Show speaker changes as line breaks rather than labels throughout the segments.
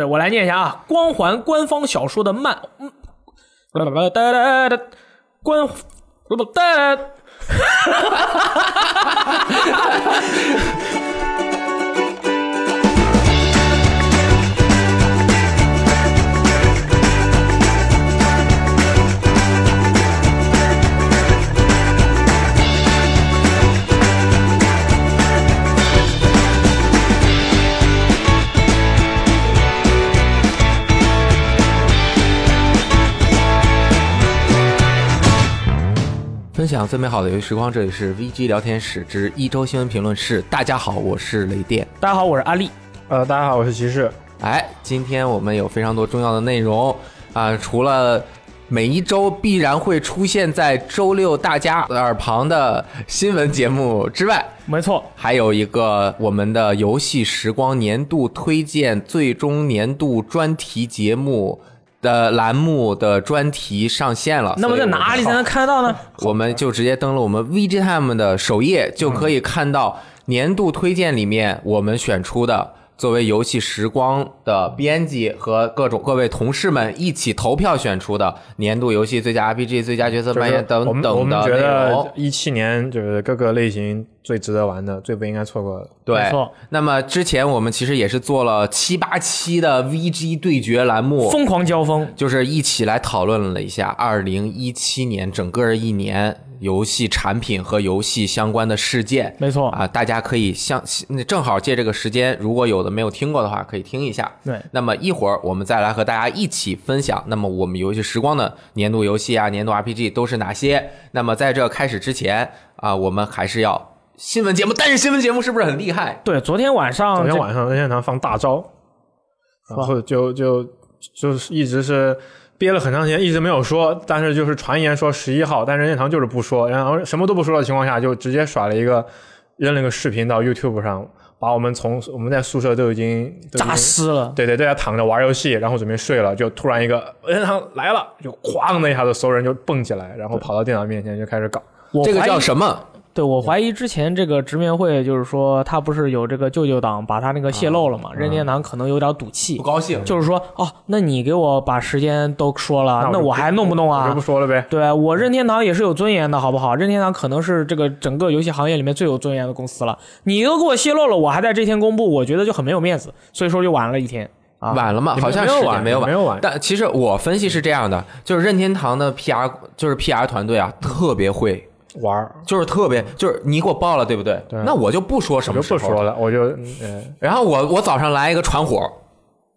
对我来念一下啊，《光环》官方小说的漫，嗯，哒哒哒，官，哒哒。
分享最美好的游戏时光，这里是 VG 聊天室之一周新闻评论室。大家好，我是雷电。
大家好，我是阿力。
呃，大家好，我是骑士。
哎，今天我们有非常多重要的内容啊、除了每一周必然会出现在周六大家耳旁的新闻节目之外，
没错，
还有一个我们的游戏时光年度推荐最终年度专题节目的栏目的专题上线了。
那么在哪里才
所以我
能
们
看得到呢？
我们就直接登录我们 VGTime 的首页，就可以看到年度推荐里面我们选出的作为游戏时光的编辑和各种各位同事们一起投票选出的年度游戏最佳 RPG、最佳角色
就是
扮演
我
等
们我
等
们
的
觉
内
得
容。
一七年就是各个类型最值得玩的，最不应该错过的。
没
对
错，
那么之前我们其实也是做了七八期的 VG 对决栏目，
疯狂交锋，
就是一起来讨论了一下二零一七年整个一年游戏产品和游戏相关的事件。
没错，
啊，大家可以像正好借这个时间，如果有的没有听过的话，可以听一下。
对，
那么一会儿我们再来和大家一起分享，那么我们游戏时光的年度游戏啊、年度 RPG 都是哪些？那么在这开始之前啊，我们还是要新闻节目，但是新闻节目是不是很厉害？
对，昨天晚上
昨
这，
天晚上任天堂放大招，然
吧
后就就就是一直是憋了很长时间，一直没有说，但是就是传言说十一号，但任天堂就是不说，然后什么都不说的情况下，就直接甩了一个扔了个视频到 YouTube 上，把我们从我们在宿舍都已经都已
诈
经
尸了，
对对，大家躺着玩游戏，然后准备睡了，就突然一个任天堂来了，就哐的一下子，所有人就蹦起来，然后跑到电脑面前就开始搞。
我
这个
怀疑
叫什么？
对我怀疑之前这个直面会，就是说他不是有这个舅舅党把他那个泄露了
嗯
嘛？任天堂可能有点赌气
不，高兴。
就是说哦，那你给我把时间都说了，啊那
那我就
我还弄不弄
我就
啊
不？说了呗。
对我任天堂也是有尊严的，好不好？任天堂可能是这个整个游戏行业里面最有尊严的公司了。你都给我泄露了，我还在这天公布，我觉得就很没有面子，所以说就晚了一天。啊
晚了嘛，
你
好像
没有
是
晚
没有晚，
你没有晚
但其实我分析是这样的，就是任天堂的 PR 就是 PR 团队啊，
嗯
特别会，
玩儿，
就是特别就是你给我报了，对不对？
对啊
那我就不说
我
什
就
么时
不
候
说了，我就嗯呃
然后我我早上来一个传火，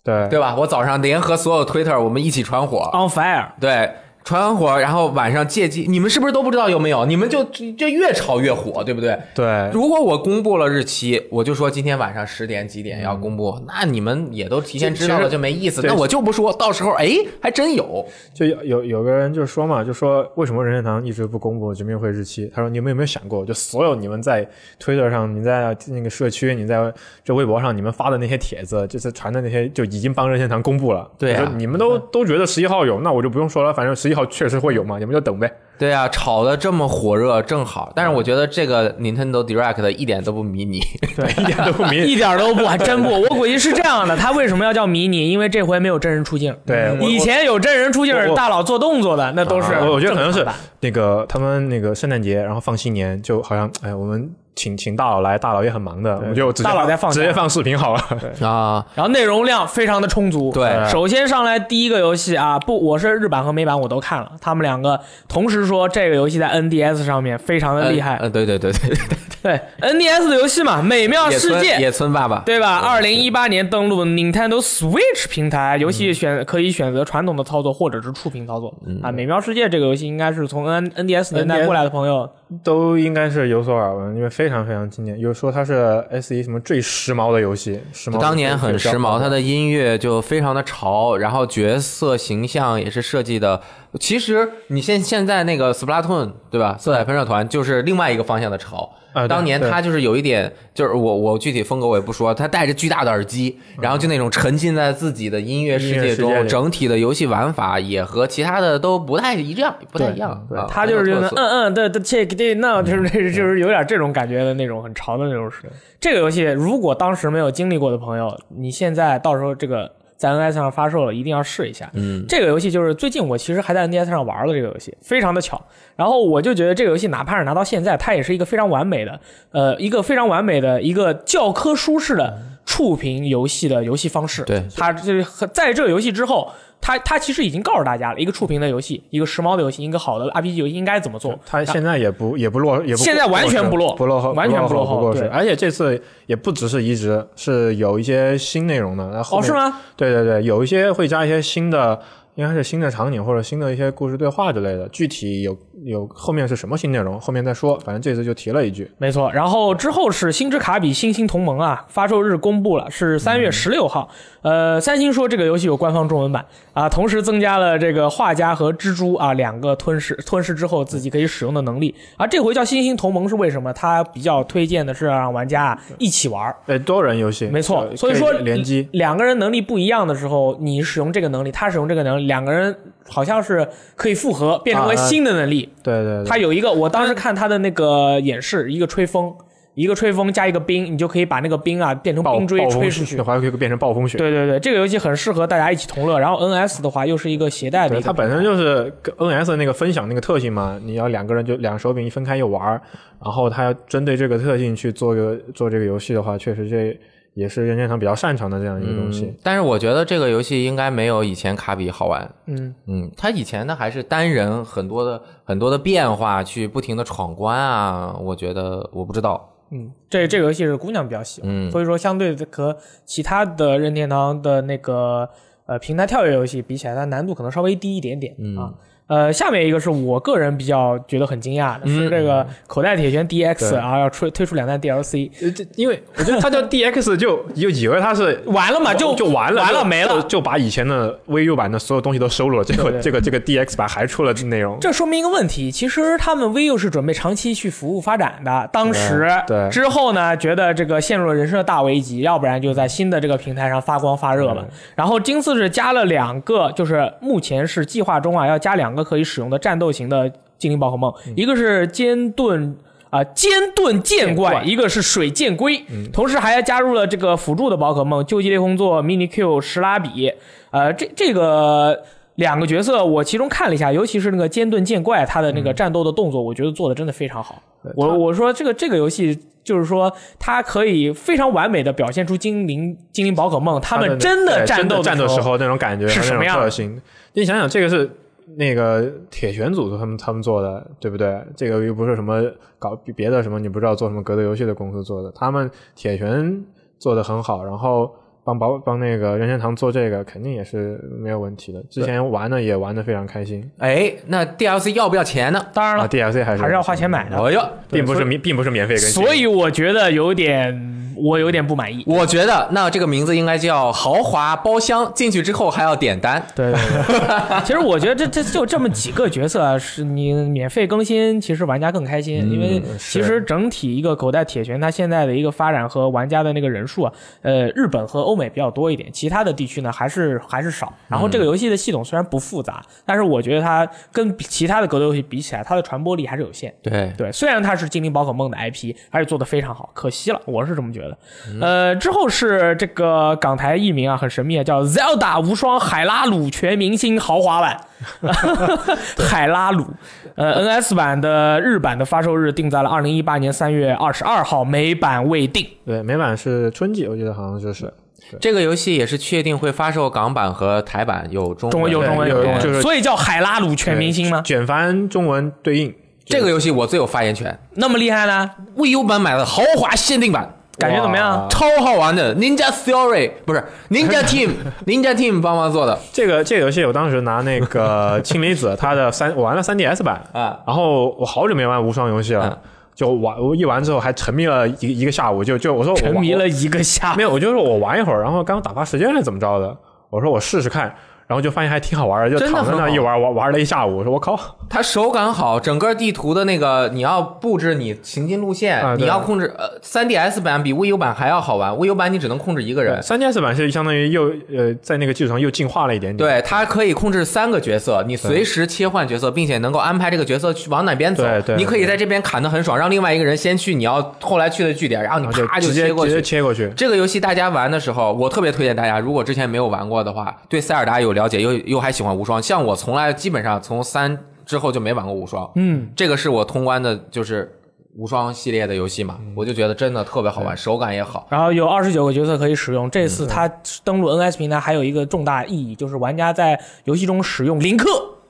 对
对吧？我早上联合所有 Twitter，我们一起传
哦
火，
On fire，
对，传完火，然后晚上借机，你们是不是都不知道有没有？你们就这这越炒越火，对不对？
对
如果我公布了日期，我就说今天晚上十点几点要公布，那你们也都提前知道
其
了，
实
就没意思。
对
那我就不说，到时候哎，还真有。
就有有有个人就说嘛，就说为什么任天堂一直不公布直面会日期？他说你们有没有想过，就所有你们在推特上、你在那个社区、你在这微博上你们发的那些帖子，这次传的那些就已经帮任天堂公布了。
对啊
我说你们都
嗯
都觉得十一号有，那我就不用说了，反正十一号确实会有嘛，你们就 等呗。
对啊，炒的这么火热，正好。但是我觉得这个 Nintendo Direct 一点都不迷你，
对，一点都不迷。
一点儿都不，还真不。我估计是这样的，他为什么要叫迷你？因为这回没有真人出镜。
对我
以前有真人出镜
我，我
大佬做动作的，那都是正
啊
常版。
我我觉得可能是那个他们那个圣诞节，然后放新年，就好像哎，我们请请大佬来，大佬也很忙的，我们就直接
大佬在放假
直接放视频好 了。
啊，
然后内容量非常的充足。
对
首先上来第一个游戏啊，不，我是日版和美版我都看了，他们两个同时说这个游戏在 NDS 上面非常的厉害。
呃，对对对对对，
对 NDS 的游戏嘛，《美妙
野
世
村
界》。
野村爸爸，
对吧？二零一八年登陆 Nintendo Switch 平台，游戏选可以选择传统的操作或者是触屏操作、啊。美妙世界这个游戏应该是从 N NDS 年代
NDS
过来的朋友，
都应该是有所耳闻，因为非常非常经典。有说它是 S E 什么最时髦的游戏，时髦
当年很时髦，它
的
的音乐就非常的潮，然后角色形象也是设计的。其实你现现在那个 Splatoon 对吧，色彩喷射团就是另外一个方向的潮。
啊对
当年
对
它就是有一点，就是我我具体风格我也不说，它戴着巨大的耳机，然后就那种沉浸在自己的音乐世
嗯音乐
界
世界
中，
里
整体的游戏玩法也和其他的都不太一样，不太一样。啊
他就是
很有
觉得
特色
嗯嗯对对这个对那就是这就是有点这种感觉的那种很潮的那种是。这个游戏如果当时没有经历过的朋友，你现在到时候这个在 NS 上发售了，一定要试一下。
嗯，
这个游戏就是最近我其实还在 NDS 上玩了这个游戏，非常的巧。然后我就觉得这个游戏哪怕是拿到现在，它也是一个非常完美的，呃，一个非常完美的一个教科书式的触屏游戏的游戏方式。
对
它这在这个游戏之后。它它其实已经告诉大家了，一个触屏的游戏，一个时髦的游戏，一个好的 RPG 游戏应该怎么做。
他现在也不也不落也不
现在完全不落
不落后
完全
不
不落后
不过时
对
而且这次也不只是移植，是有一些新内容的。那后
哦，
面
是？吗？
对对对，有一些会加一些新的，应该是新的场景或者新的一些故事对话之类的。具体有有后面是什么新内容，后面再说。反正这次就提了一句。
没错，然后之后是《星之卡比：星星同盟》啊，发售日公布了，是三月十六号。呃，三星说这个游戏有官方中文版啊，同时增加了这个画家和蜘蛛啊两个吞噬吞噬之后自己可以使用的能力啊。这回叫《星星同盟》是为什么？它比较推荐的是让玩家啊一起玩儿，
呃，多人游戏
没错
呃
所以说
可联机
两个人能力不一样的时候，你使用这个能力，他使用这个能力，两个人好像是可以复合，变成为
啊啊
新的能力。
对啊对对，
它有一个，我当时看它的那个演示，一个吹风，一个吹风加一个冰，你就可以把那个冰啊变成
暴
冰锥
暴
吹
风
出去
雪，。还可以变成暴风雪。
对对对，这个游戏很适合大家一起同乐。然后 NS 的话，又是一个携带的
对，
一个
它本身就是跟 NS 那个分享那个特性嘛，你要两个人就两手柄一分开又玩儿，然后它针对这个特性去做个做这个游戏的话，确实这也是任天堂比较擅长的这样一个东西。
嗯但是我觉得这个游戏应该没有以前卡比好玩。
嗯
嗯，它以前的还是单人很多的很多的变化，去不停的闯关啊。我觉得我不知道，
嗯，这这个游戏是姑娘比较喜欢，
嗯
所以说相对的和其他的任天堂的那个呃平台跳跃游戏比起来，它难度可能稍微低一点点、啊。呃，下面一个是我个人比较觉得很惊讶的，是这个口袋铁拳 DX
对
啊，要推推出两代 DLC，
呃，这因为我觉得它叫 DX 就就以为它是
完了嘛，就
就完了
完了
就
没了
就就把以前的 VU 版的所有东西都收录了，结果
对
这个这个 DX 版还出了内容。
这说明一个问题，其实他们 VU 是准备长期去服务发展的。当时
对对
之后呢，觉得这个陷入了人生的大危机，要不然就在新的这个平台上发光发热
嗯
了。然后今次是加了两个，就是目前是计划中啊要加两个可以使用的战斗型的精灵宝可梦，
嗯
一个是尖盾。啊，尖盾剑怪，一个是水箭龟，
嗯
同时还加入了这个辅助的宝可梦究极猎空座、mini Q、史拉比，呃，这这个两个角色，我其中看了一下，尤其是那个尖盾剑怪，他的那个
嗯
战斗的动作，我觉得做的真的非常好。我我说这个这个游戏就是说，它可以非常完美的表现出精灵精灵宝可梦他
他
们真
的
的战斗
斗战
的
时候那种感觉
是
和
什么
那
样
种
的
特性。你想想，这个是那个铁拳组他们他们做的，对不对？这个又不是什么搞别的什么，你不知道做什么格斗游戏的公司做的，他们铁拳做的很好，然后。帮宝帮那个任天堂做这个肯定也是没有问题的，之前玩的也玩的非常开心
哎，那 DLC 要不要钱呢？
当然
啊
了，
，DLC 还是
还是要花钱买的，
哎呦，
对
并不是
所以
免并不是免费更新，
所以我觉得有点我有点不满意。
我觉得那这个名字应该叫豪华包厢，进去之后还要点单。
对对对，其实我觉得这这就这么几个角色啊，是你免费更新，其实玩家更开心，因为其实整体一个狗带铁拳它现在的一个发展和玩家的那个人数啊，呃，日本和欧美比较多一点，其他的地区呢还是还是少。然后这个游戏的系统虽然不复杂，但是我觉得它跟其他的格斗游戏比起来，它的传播力还是有限。
对，
对，虽然它是精灵宝可梦的 IP，而且做的非常好，可惜了，我是这么觉得。呃，之后是这个港台译名啊，很神秘啊，叫《Zelda 无双海拉鲁全明星豪华 版》 海拉鲁，呃，NS 版的日版的发售日定在了二零一八年三月二十二号，美版未定。
对美版是春季，我记得好像就是
这个游戏也是确定会发售港版和台版，有中
中文有
对
中文
有
中文，
就是
所以叫海拉鲁全明星吗？
卷翻中文对应
这个游戏我最有发言权。
那么厉害呢？
w U 版买的豪华限定版，
感觉怎么样？
啊超好玩的 Ninja Theory 不是 Ninja Team，Ninja Team 帮忙做的
这个这个游戏我当时拿那个氢离子，它的三我玩了 3DS 版，
啊。
然后我好久没玩无双游戏了，就玩我一玩之后还沉迷了一一个下午，就就我说我
沉迷
我
了一个下
没有，我就说我玩一会儿，然后刚打发时间还是怎么着的，我说我试试看，然然后就发现还挺好玩儿的，就
真的
躺在
很
那
好
一玩玩玩了一下午，我说我靠，
它手感好，整个地图的那个你要布置你行进路线，
啊对
你要控制。呃，3DS 版比 Wii U 版还要好玩，Wii U 版你只能控制一个人。
三 DS 版是相当于又呃在那个基础上又进化了一点点。
对，它可以控制三个角色，你随时切换角色，并且能够安排这个角色去往哪边走。
对对
你可以在这边砍得很爽，让另外一个人先去你要后来去的据点，然后你
然后就
啪就
直接
切过
直接
去。
切过去，
这个游戏大家玩的时候，我特别推荐大家，如果之前没有玩过的话，对塞尔达有了解，又又还喜欢无双，像我从来基本上从三之后就没玩过无双，
嗯，
这个是我通关的，就是无双系列的游戏嘛，我就觉得真的特别好玩，手感也好。
然后有二十九个角色可以使用。这
嗯
次它登陆 NS 平台还有一个重大意义，就是玩家在游戏中使用林克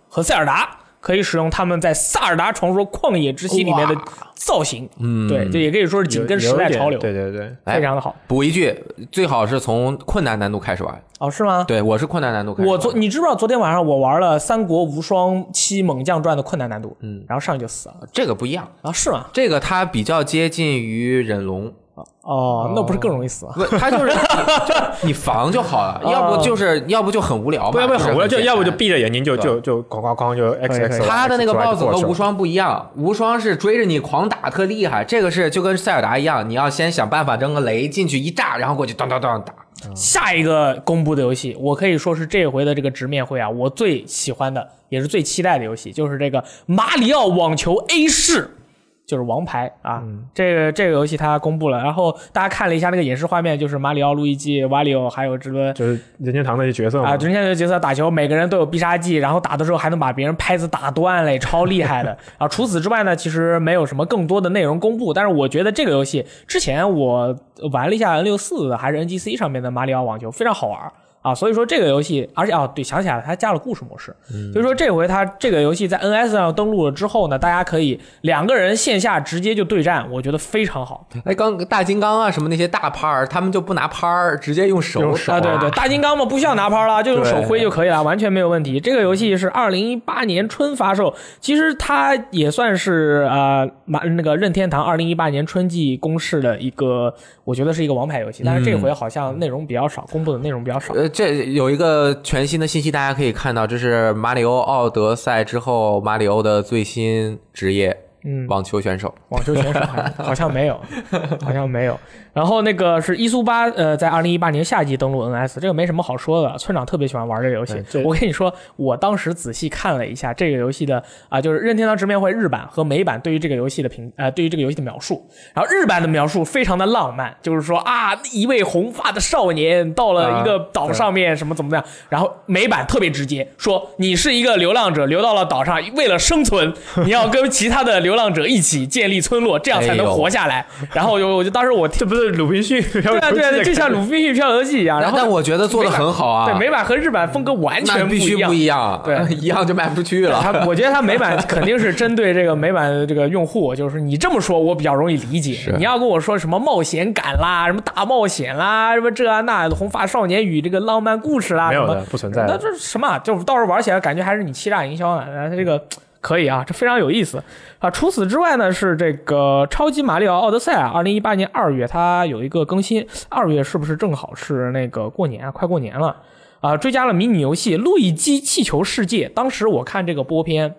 和塞尔达，可以使用他们在《萨尔达传说：旷野之息》里面的造型。嗯，对，这也可以说是紧跟时代潮流，
有一点对对对，
哎
非常的好。
补一句，最好是从困难难度开始玩。
哦，是吗？
对，我是困难难度开始玩。
我昨你知不知道昨天晚上我玩了《三国无双七猛将传》的困难难度，嗯，然后上去就死了。
这个不一样，
啊，是吗？
这个它比较接近于忍龙，
哦，那不是更容易死啊？
不，它 就是你你防就好了，要不就是要不就很无聊嘛，
哦不要不
是
很无聊，就
简单
要不就闭着眼睛就
对
就就哐哐哐就 X
可以
X。
他的那个 BOSS 和无
双，
双不一样，无双是追着你狂打特厉害，这个是就跟塞尔达一样，你要先想办法扔个雷进去一炸，然后过去当当当打。
下一个公布的游戏，我可以说是这回的这个直面会啊，我最喜欢的也是最期待的游戏，就是这个《马里奥网球 A 市》，就是王牌啊。这个这个游戏它公布了，然后大家看了一下那个演示画面，就是马里奥、路易基、瓦里奥还有这个。
就是任天堂那些角色嘛
啊，人家的角色打球，每个人都有必杀技，然后打的时候还能把别人拍子打断嘞，超厉害的啊！除此之外呢，其实没有什么更多的内容公布，但是我觉得这个游戏之前我玩了一下 N 六四还是 NGC 上面的马里奥网球，非常好玩儿。啊，所以说这个游戏，而且啊，对，想起来了，它加了故事模式，所以说这回它这个游戏在 NS 上登录了之后呢，大家可以两个人线下直接就对战，我觉得非常好。
哎，刚大金刚啊什么那些大拍儿，他们就不拿拍儿，直接用手
用手
打
啊，对对，大金刚嘛，不需要拿拍了，就用手挥就可以了，完全没有问题。这个游戏是二零一八年春发售，其实它也算是呃马那个任天堂二零一八年春季公示的一个，我觉得是一个王牌游戏，但是这回好像内容比较少，公布的内容比较少。
呃，这有一个全新的信息，大家可以看到，这是马里奥奥德赛之后马里奥的最新职业，
嗯
网球选手。
网球选手好像好像没有，好像没有。然后那个是伊苏八，呃，在二零一八年夏季登陆 NS，这个没什么好说的。村长特别喜欢玩这个游戏
哎，这
我跟你说，我当时仔细看了一下这个游戏的啊、就是任天堂直面会日版和美版对于这个游戏的评，呃，对于这个游戏的描述。然后日版的描述非常的浪漫，就是说啊，一位红发的少年到了呃一个
啊
岛
对
上面，什么怎么样。然后美版特别直接，说你是一个流浪者，流到了岛上，为了生存，你要跟其他的流浪者一起建立村落，这样才能活下来。然后我我就当时我听，
这不是鲁滨 逊？
对
对
啊对啊，就像鲁滨逊漂流记 一样。啊然
但但
后
我觉得做的很好啊，
对美版和日版风格完
那
全
必须
一样
不。一样，
对
一样就卖不出去了。
他，我觉得他美版肯定是针对这个美版的这个用户，就是你这么说，我比较容易理解。你要跟我说什么冒险感啦，什么大冒险啦，什么这啊那红发少年与这个浪漫故事啦，
没
啊什
有
么
的，不存在
那
的。
这是什么啊？就是到时候玩起来感觉还是你欺诈营销呢。呃这个可以啊，这非常有意思啊。除此之外呢，是这个超级马里奥奥德赛啊，二零一八年二月它有一个更新，二月是不是正好是那个过年啊？快过年了啊，追加了迷你游戏《路易基气球世界》。当时我看这个播片，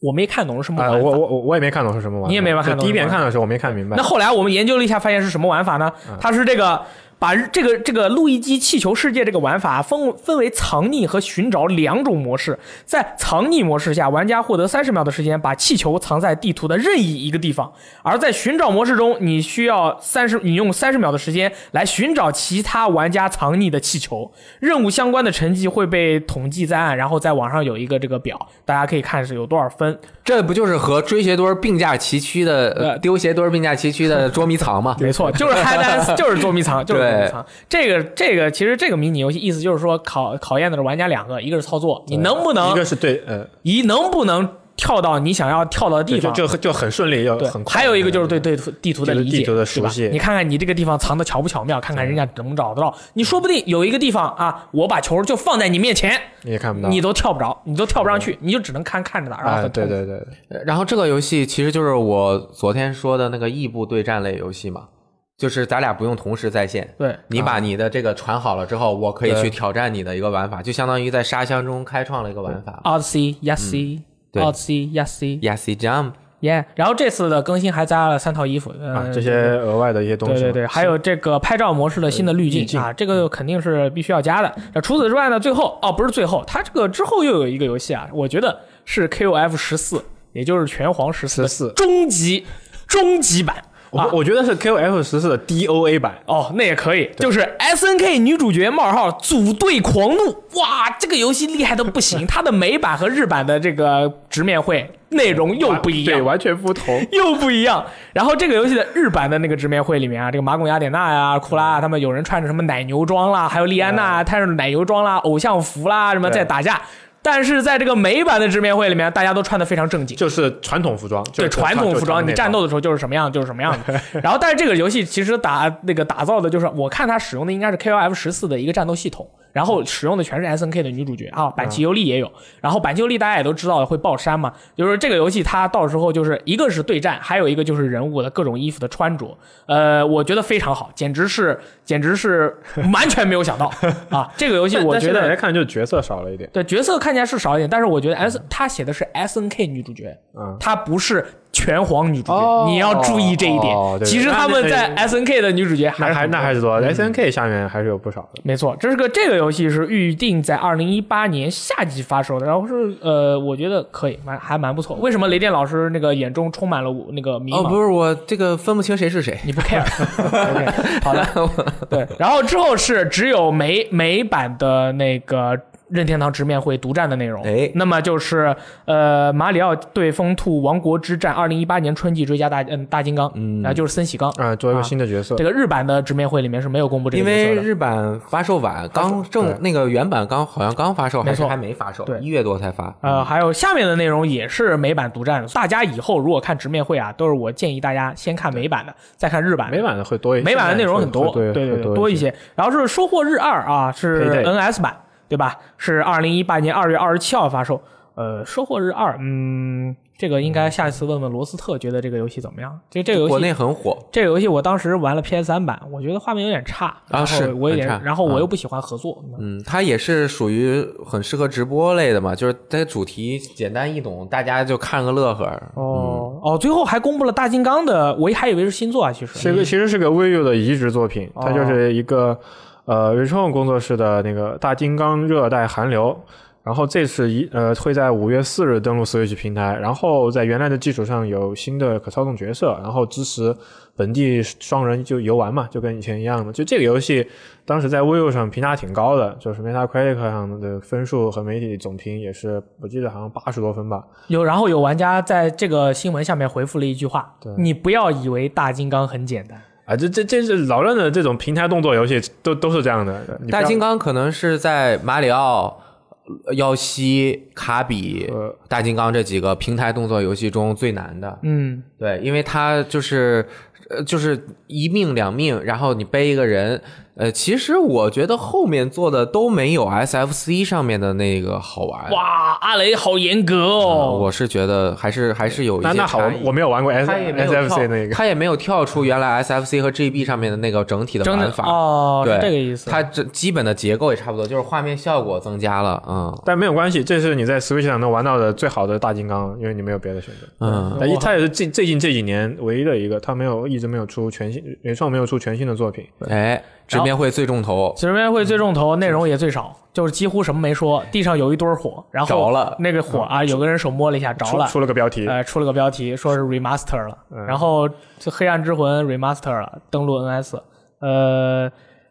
我没看懂是什么
啊，
玩法。
我我我我也没看懂是什么玩法，
你也没看懂
就第一遍
是吧
看的时候我没看明白嗯
那。后来我们研究了一下，发现是什么玩法呢？它是这个把这个这个路易基气球世界这个玩法分分为藏匿和寻找两种模式。在藏匿模式下，玩家获得三十秒的时间把气球藏在地图的任意一个地方；而在寻找模式中，你需要三十，你用三十秒的时间来寻找其他玩家藏匿的气球。任务相关的成绩会被统计在案，然后在网上有一个这个表，大家可以看是有多少分。
这不就是和追鞋墩儿并驾齐驱的、呃
呃？
丢鞋墩儿并驾齐驱的捉迷藏吗
没错，就是 hide and seek，就是捉迷藏，就是捉迷藏。这个这个其实这个迷你游戏意思就是说考考验的是玩家两个，一个是操作，你能不
一
能
个是对，呃，
你能不能跳到你想要跳到的地
对就
方。
就就很顺利，又
对
很，快。
还有一个就是对对地图的理解，
地图的熟悉
对吧你看看你这个地方藏的巧不巧妙，看看人家能不能找得到。你说不定有一个地方啊，我把球就放在你面前，
你也看不到。
你都跳不着，你都跳不上去，你就只能看看着打，然后
啊，
很
对
痛苦
对对，
呃然后这个游戏其实就是我昨天说的那个异步对战类游戏嘛，就是咱俩不用同时在线，
对，啊
你把你的这个传好了之后，我可以去挑战你的一个玩法，就相当于在沙箱中开创了一个玩
啊
法。
Odyssey
嗯
Yassi、
对
Odyssey Yassi
Yassi Jump，
Yeah，然后这次的更新还加了三套衣服，呃、
啊，这些额外的一些东西
对
嘛。
对对，还有这个拍照模式的新的滤镜啊，这个肯定是必须要加的。那除此之外呢，最后哦不是最后，它这个之后又有一个游戏啊，我觉得是 KOF 十四，也就是拳皇十四
14
终极终极版
我
啊。
我觉得是 KOF 十四的 DOA 版，
哦，那也可以，就是 S N K 女主角冒号组队狂怒，哇，这个游戏厉害的不 行，它的美版和日版的这个直面会内容又不一样，
对，完全不同。
又不一样。然后这个游戏的日版的那个直面会里面啊，这个马贡雅典娜呀、库拉啊，他们有人穿着什么奶牛装啦，还有莉安娜啊穿着奶牛装啦、偶像服啦，什么
对
在打架。但是在这个美版的直面会里面，大家都穿的非常正经。
就是传统服装，就
对
是
传统服装，
就
你
是
战
传
斗
统
的时候就是什么样就是什么样的。然后，但是这个游戏其实打那个打造的就是，我看它使用的应该是 KOF 十四的一个战斗系统，然
嗯
后使用的全是 SNK 的女主角啊，板崎优利也有。然后板崎优利大家也都知道会爆衫嘛，就是这个游戏它到时候就是一个是对战，还有一个就是人物的各种衣服的穿着，呃，我觉得非常好，简直是简直是完全没有想到啊！这个游戏
那
我觉
但现在来
得。
看就角色少了一点，
对角色看起来是少一点，但是我觉得 S 他写的是 S N K 女主角，
嗯，
她不是拳皇女主角，
哦
你要注意这一点。
哦对
其实他们在
那
S N K 的女主角还
那
是
还
很多嗯
那还是多，S N K 下面还是有不少的。
没错，这是个这个游戏是预定在二零一八年夏季发售的，然后是呃，我觉得可以，蛮还蛮不错。为什么雷电老师那个眼中充满了我那个迷
哦，
茫？
不是，我这个分不清谁是谁。
你不 care，OK，好的， 对。然后之后是只有美美版的那个任天堂直面会独占的内容，
哎
那么就是呃马里奥对风兔王国之战，二零一八年春季追加大嗯大金刚，嗯，然后就是森喜刚，
啊，做一个新的角色
这，个日版的直面会里面是没有公布这个
因
角色
为
的
日版发售晚，刚正那个原版刚好像刚发售，
没
还是
错
还没发售
对，
一月多才发。
呃，还有下面的内容也是美版独占的，大家以后如果看直面会啊，都是我建议大家先看美版的，再看日版的。
美版的会多一，
美版的内容很多，
对
对对，
会
多
一
一
些。
些。然后是《收获日二》啊，是
Payday
NS 版，对吧？是二零一八年二月二十七号发售。呃，《收获日二》，嗯，这个应该下一次问问罗斯特，觉得这个游戏怎么样？这这个游
国
戏，
内很火，
这个游戏我当时玩了 PS 三版，我觉得画面有点差，然
是
后我有
很
点
差，
然后我
嗯
又不喜欢合作，
嗯，它也是属于很适合直播类的嘛，就是它主题简单易懂，大家就看个乐呵。
哦哦，最后还公布了大金刚的，我还以为是新作啊，其实
是一个其实是个 Wii U 的移植作品，它
哦
就是一个呃 Retron 工作室的那个《大金刚热带寒流》，然后这次一呃会在五月四日登陆 Switch 平台，然后在原来的基础上有新的可操纵角色，然后支持本地双人就游玩嘛，就跟以前一样的。就这个游戏当时在 Wii U 上评价挺高的，就是 Metacritic 上的分数和媒体总评也是，我记得好像八十多分吧。
有，然后有玩家在这个新闻下面回复了一句话：“你不要以为大金刚很简单。
啊，这这这是老任的这种平台动作游戏都都是这样的。你不要
大金刚可能是在马里奥、呃耀西、卡比
呃、
大金刚这几个平台动作游戏中最难的”。
嗯，
对，因为它就是呃，就是一命两命，然后你背一个人。呃，其实我觉得后面做的都没有 SFC 上面的那个好玩。
哇，阿雷好严格
呃
哦。
我是觉得还是还是有一
那
些
那好，我
差异
我没有玩过 S
它也没有
S
跳
F C 那个，
它也没有跳出原来 SFC 和 GB 上面的那个整体的
真的
玩法。
哦，
对
是这个意思。
它这基本的结构也差不多，就是画面效果增加了，嗯
但没有关系，这是你在 Switch 上能玩到的最好的大金刚，因为你没有别的选择。
嗯，
但一它也是近最近这几年唯一的一个，它没有一直没有出全新，原创没有出全新的作品。
哎，直面会最重头，
直面会最重头，内容也最少，就是几乎什么没说。地上有一堆火，然后
着了嗯
那个火啊，有个人手摸了一下，着
出
了。
出了个标题，嗯
呃，出了个标题说是 remaster 了，然后这《黑暗之魂》remaster 了，登陆 NS。呃，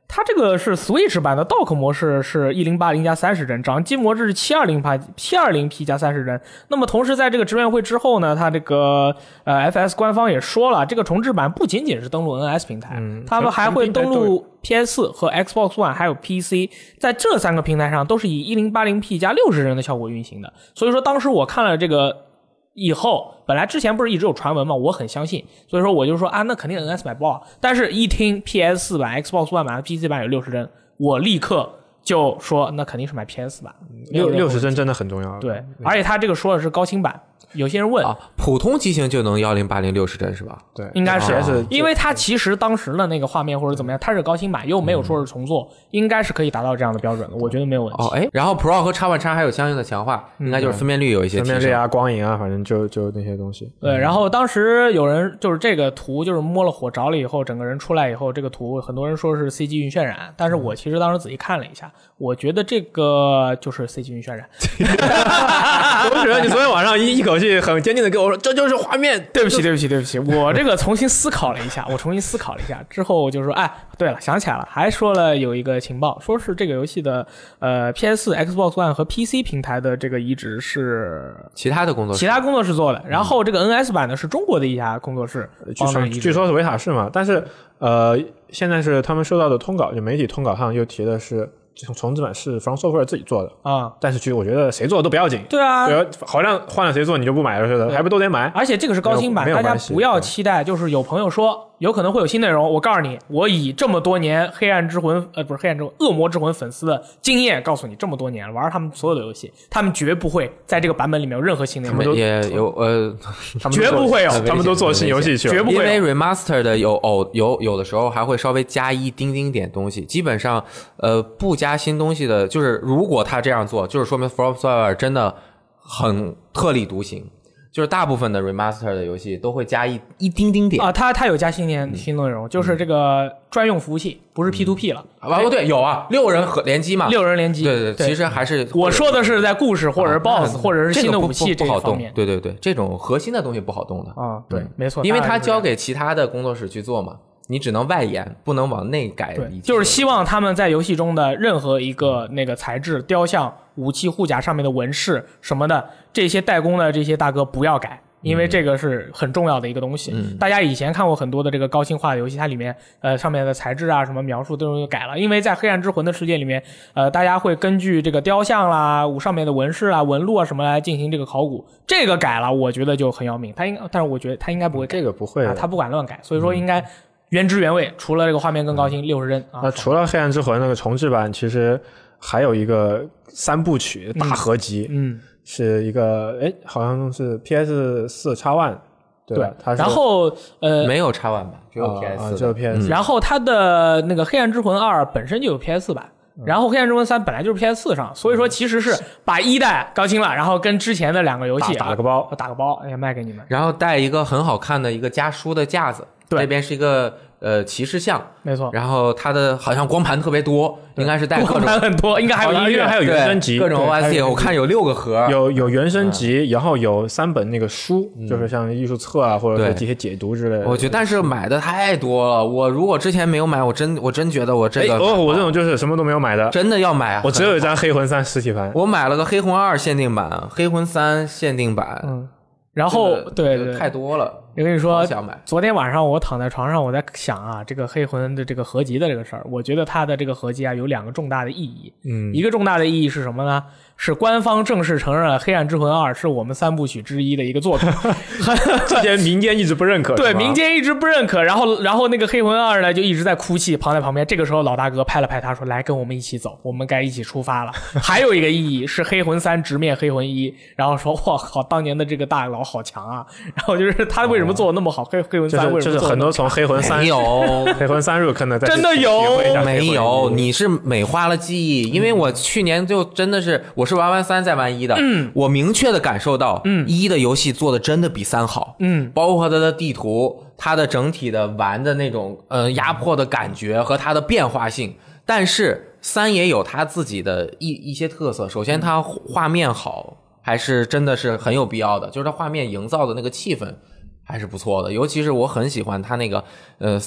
它这个是 Switch 版的 dock 模式，是一零八零加三十帧，掌机模式是七二零 p 七二零 P 加三十帧。那么同时在这个直面会之后呢，它这个呃 FS 官方也说了，这个重置版不仅仅是登陆 NS 平台，他们还会
嗯全平台
登
都有
陆 PS 4和 Xbox One 还有 PC，在这三个平台上都是以一零八零 P 加六十帧的效果运行的。所以说当时我看了这个以后，本来之前不是一直有传闻嘛，我很相信，所以说我就说啊，那肯定 NS 买爆啊。但是，一听 PS 4版、Xbox One 版、PC 版有六十帧，我立刻就说那肯定是买 PS 版，
嗯
没有
六
任何
六十帧真的很重要。
对，而且他这个说的是高清版，有些人问，
啊，普通机型就能幺零八零六十帧是吧？
对，
应该是啊
PS
因为它其实当时的那个画面或者怎么样，它是高清版，又没有说是重做，应该是可以达到这样的标准的，我觉得没有问题。
嗯哦，哎，嗯然后 Pro 和 X One X 还有相应的强化，应该就是分辨率有一些
分
提
辨率
升。
啊、光影啊，反正就就那些东 西。
对，然后当时有人就是这个图，就是摸了火着了以后，整个人出来以后，这个图很多人说是 CG 云渲染，但是
嗯
我其实当时仔细看了一下，我觉得这个就是 CG 云渲染。
我觉得你昨天晚上一一口气很坚定的跟我说，这就是画面。
对不起，对不起，对不起，我这个重新思考了一下，我重新思考了一下之后，我就说，哎，对了，想起来了，还说了有一个情报，说是这个游戏的呃 PS、Xbox One 和 PC 平台的这个移植是
其他的
呃
工作室
其他工作室做的，然后这个 NS 版呢是中国的一家工作室
嗯呃据
帮着
说
移植
据说是维塔士嘛，但是呃，现在是他们收到的通稿，就媒体通稿上又提的是重重制版是 From Software 自己做的，
啊、
但是其实我觉得谁做都不要紧，
对啊，
对，好像换了谁做你就不买了似的，还不都得买？
而且这个是高清版，
没有
大
没有
家
关系
不要期待。就是有朋友说有可能会有新内容，我告诉你，我以这么多年黑暗之魂呃不是黑暗之魂恶魔之魂粉丝的经验告诉你，这么多年了玩他们所有的游戏，他们绝不会在这个版本里面有任何新内
他
容
们，都
也有呃，
他们都
绝不会有
他们都做新游戏去了，
绝不
因
会
为
有。
remaster 的有偶有有的时候还会稍微加一丁丁点东西，基本上呃不加新东西的，就是如果他这样做，就是说明 From Software 真的很特立独行，就是大部分的 remaster 的游戏都会加一一丁丁点
啊，它它有加新年新内容，就是这个专用服务器，不是 P to P 了，
啊，不对，有啊，六人合联机嘛，
哎六人联机。
嗯对对
对，
其实还是
我说的是在故事或者是
啊那
BOSS 或者是
这
新
个
的
不
武器
不
这
不
一
好
方
动
面，
对对对，这种核心的东西不好动的，
啊，对
嗯，
没错，
因为
当
它
然是这样
交给其他的工作室去做嘛，你只能外延，不能往内改理
对，
解，
就是希望他们在游戏中的任何一个那个材质、雕像、武器护甲上面的纹饰什么的，这些代工的这些大哥不要改。因
嗯
为这个是很重要的一个东西，大家以前看过很多的这个高清化的游戏，它里面呃上面的材质啊、什么描述都容易改了，因为在黑暗之魂的世界里面，呃，大家会根据这个雕像啦、上面的纹饰啊、纹路啊什么来进行这个考古，这个改了，我觉得就很要命。他应该，但是我觉得他应该不会改
这个不会
啊，
的。嗯
他不敢乱改，所以说应该原汁原味，除了这个画面更高清六十帧啊
那，嗯除了《黑暗之魂》那个重制版，其实还有一个三部曲大合集，
嗯，
是一个哎，好像是 PS 四 X One，对吧？它是
然后呃，
没有插腕吧，只有
啊啊
PS
只
的。
有 PS
然后它的那个《黑暗之魂二》本身就有 PS 四版。
嗯
然后《黑暗之魂三》本来就是 PS 四上，所以说其实是把一代高清了，然后跟之前的两个游戏
打打了个包
啊打个包，哎呀卖给你们，
然后带一个很好看的一个家书的架子，
对
这边是一个呃骑士像，
没
哦
错，
然后它的好像光盘特别多，应该是带各
光
种
盘很多，应 该还有
好像
音乐，
还有原声集，
对各种
对还有
OST，我看有六个盒，
有有原声
嗯
集，然后有三本那个书，就是像艺术册啊，或者说
对
这些解读之类的。
我觉得但是买的太多了，我如果之前没有买，我真我真觉得我这
哎，
个
哦，我这种就是什么都没有买的，
真的要买，啊
我只有一张《黑魂三》实体盘。
我买了个《黑魂二》限定版，《黑魂三》限定版，
然
这
后
个
对
这
对
个太多了，
我跟你
好
呃
说，
想买。
昨天晚上我躺在床上，我在想啊，这个黑魂的这个合集的这个事儿，我觉得它的这个合集啊有两个重大的意义。
嗯，
一个重大的意义是什么呢？是官方正式承认了《黑暗之魂二》是我们三部曲之一的一个作品。
之前民间一直不认可，
对，
是吧
民间一直不认可，然后然后那个黑魂二呢就一直在哭泣，旁在旁边。这个时候老大哥拍了拍他说：“来，跟我们一起走，我们该一起出发了。” 还有一个意义是黑魂三直面黑魂一，然后说：“我靠，当年的这个大佬好强啊！”然后就是他为什么做的那么好？黑黑魂
就
三为
是
什么
就是
做得
很
那么
多从《黑魂三
没》有，
《黑魂三》入坑的，再去
真的
体
有
会一下黑魂
没有，你是美化了记忆，因为我去年就真的是我是玩完三再玩一的，嗯，我明确的感受到，嗯，一的游戏做的真的比三好，
嗯，
包括它的地图，它的整体的玩的那种呃压迫的感觉和它的变化性，但是三也有它自己的一一些特色，首先它画面好，还是真的是很有必要的，就是它画面营造的那个气氛还是不错的，尤其是我很喜欢它那个呃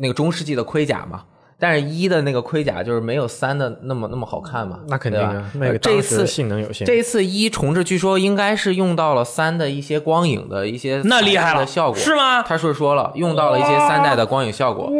那个中世纪的盔甲嘛。但是一的那个盔甲就是没有三的那么那么好看嘛，
那肯定
对吧
啊，那
呃
个
这一
当时
次
性能有限，
这一次一重置据说应该是用到了三的一些光影的一些
那厉害
材质
了
的效果，
是吗？
他是说了用到了一些三代的光影效果，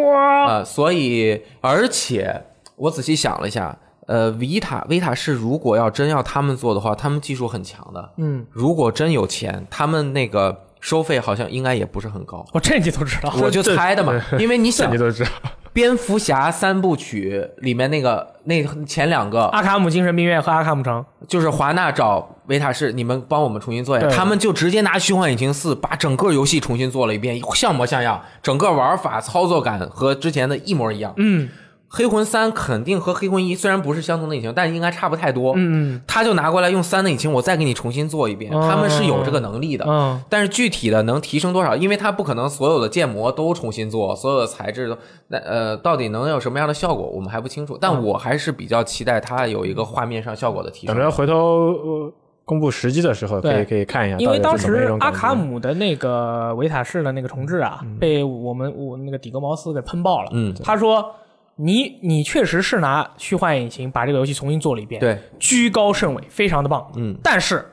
啊、所以而且我仔细想了一下，呃，维塔维塔是如果要真要他们做的话，他们技术很强的，嗯，如果真有钱，他们那个收费好像应该也不是很高。
哦我这你都知道，
我就猜的嘛，因为你
这
想
你，都知道。
蝙蝠侠三部曲里面那个那前两个
阿卡姆精神病院和阿卡姆城，
就是华纳找维塔士，你们帮我们重新做一下，
对
他们就直接拿《虚幻引擎四》把整个游戏重新做了一遍，像模像样，整个玩法、操作感和之前的一模一样。
嗯
黑魂三肯定和黑魂一虽然不是相同的引擎，但应该差不太多。
嗯
他就拿过来用三的引擎，我再给你重新做一遍，
哦
他们是有这个能力的。
嗯，
但是具体的能提升多少？因为它不可能所有的建模都重新做，所有的材质都那呃，到底能有什么样的效果，我们还不清楚。但
嗯
我还是比较期待它有一个画面上效果的提
等
升。
着回头、呃公布时机的时候，可
对
以可以看一下到底
因为
嗯是怎
当
么一种感觉。嗯
时阿卡姆的那个维塔士的那个重置啊，被我们我那个底格茅斯给喷爆了。
嗯
他说你你确实是拿虚幻引擎把这个游戏重新做了一遍，，
对，
居高甚伟，非常的棒。
嗯，
但是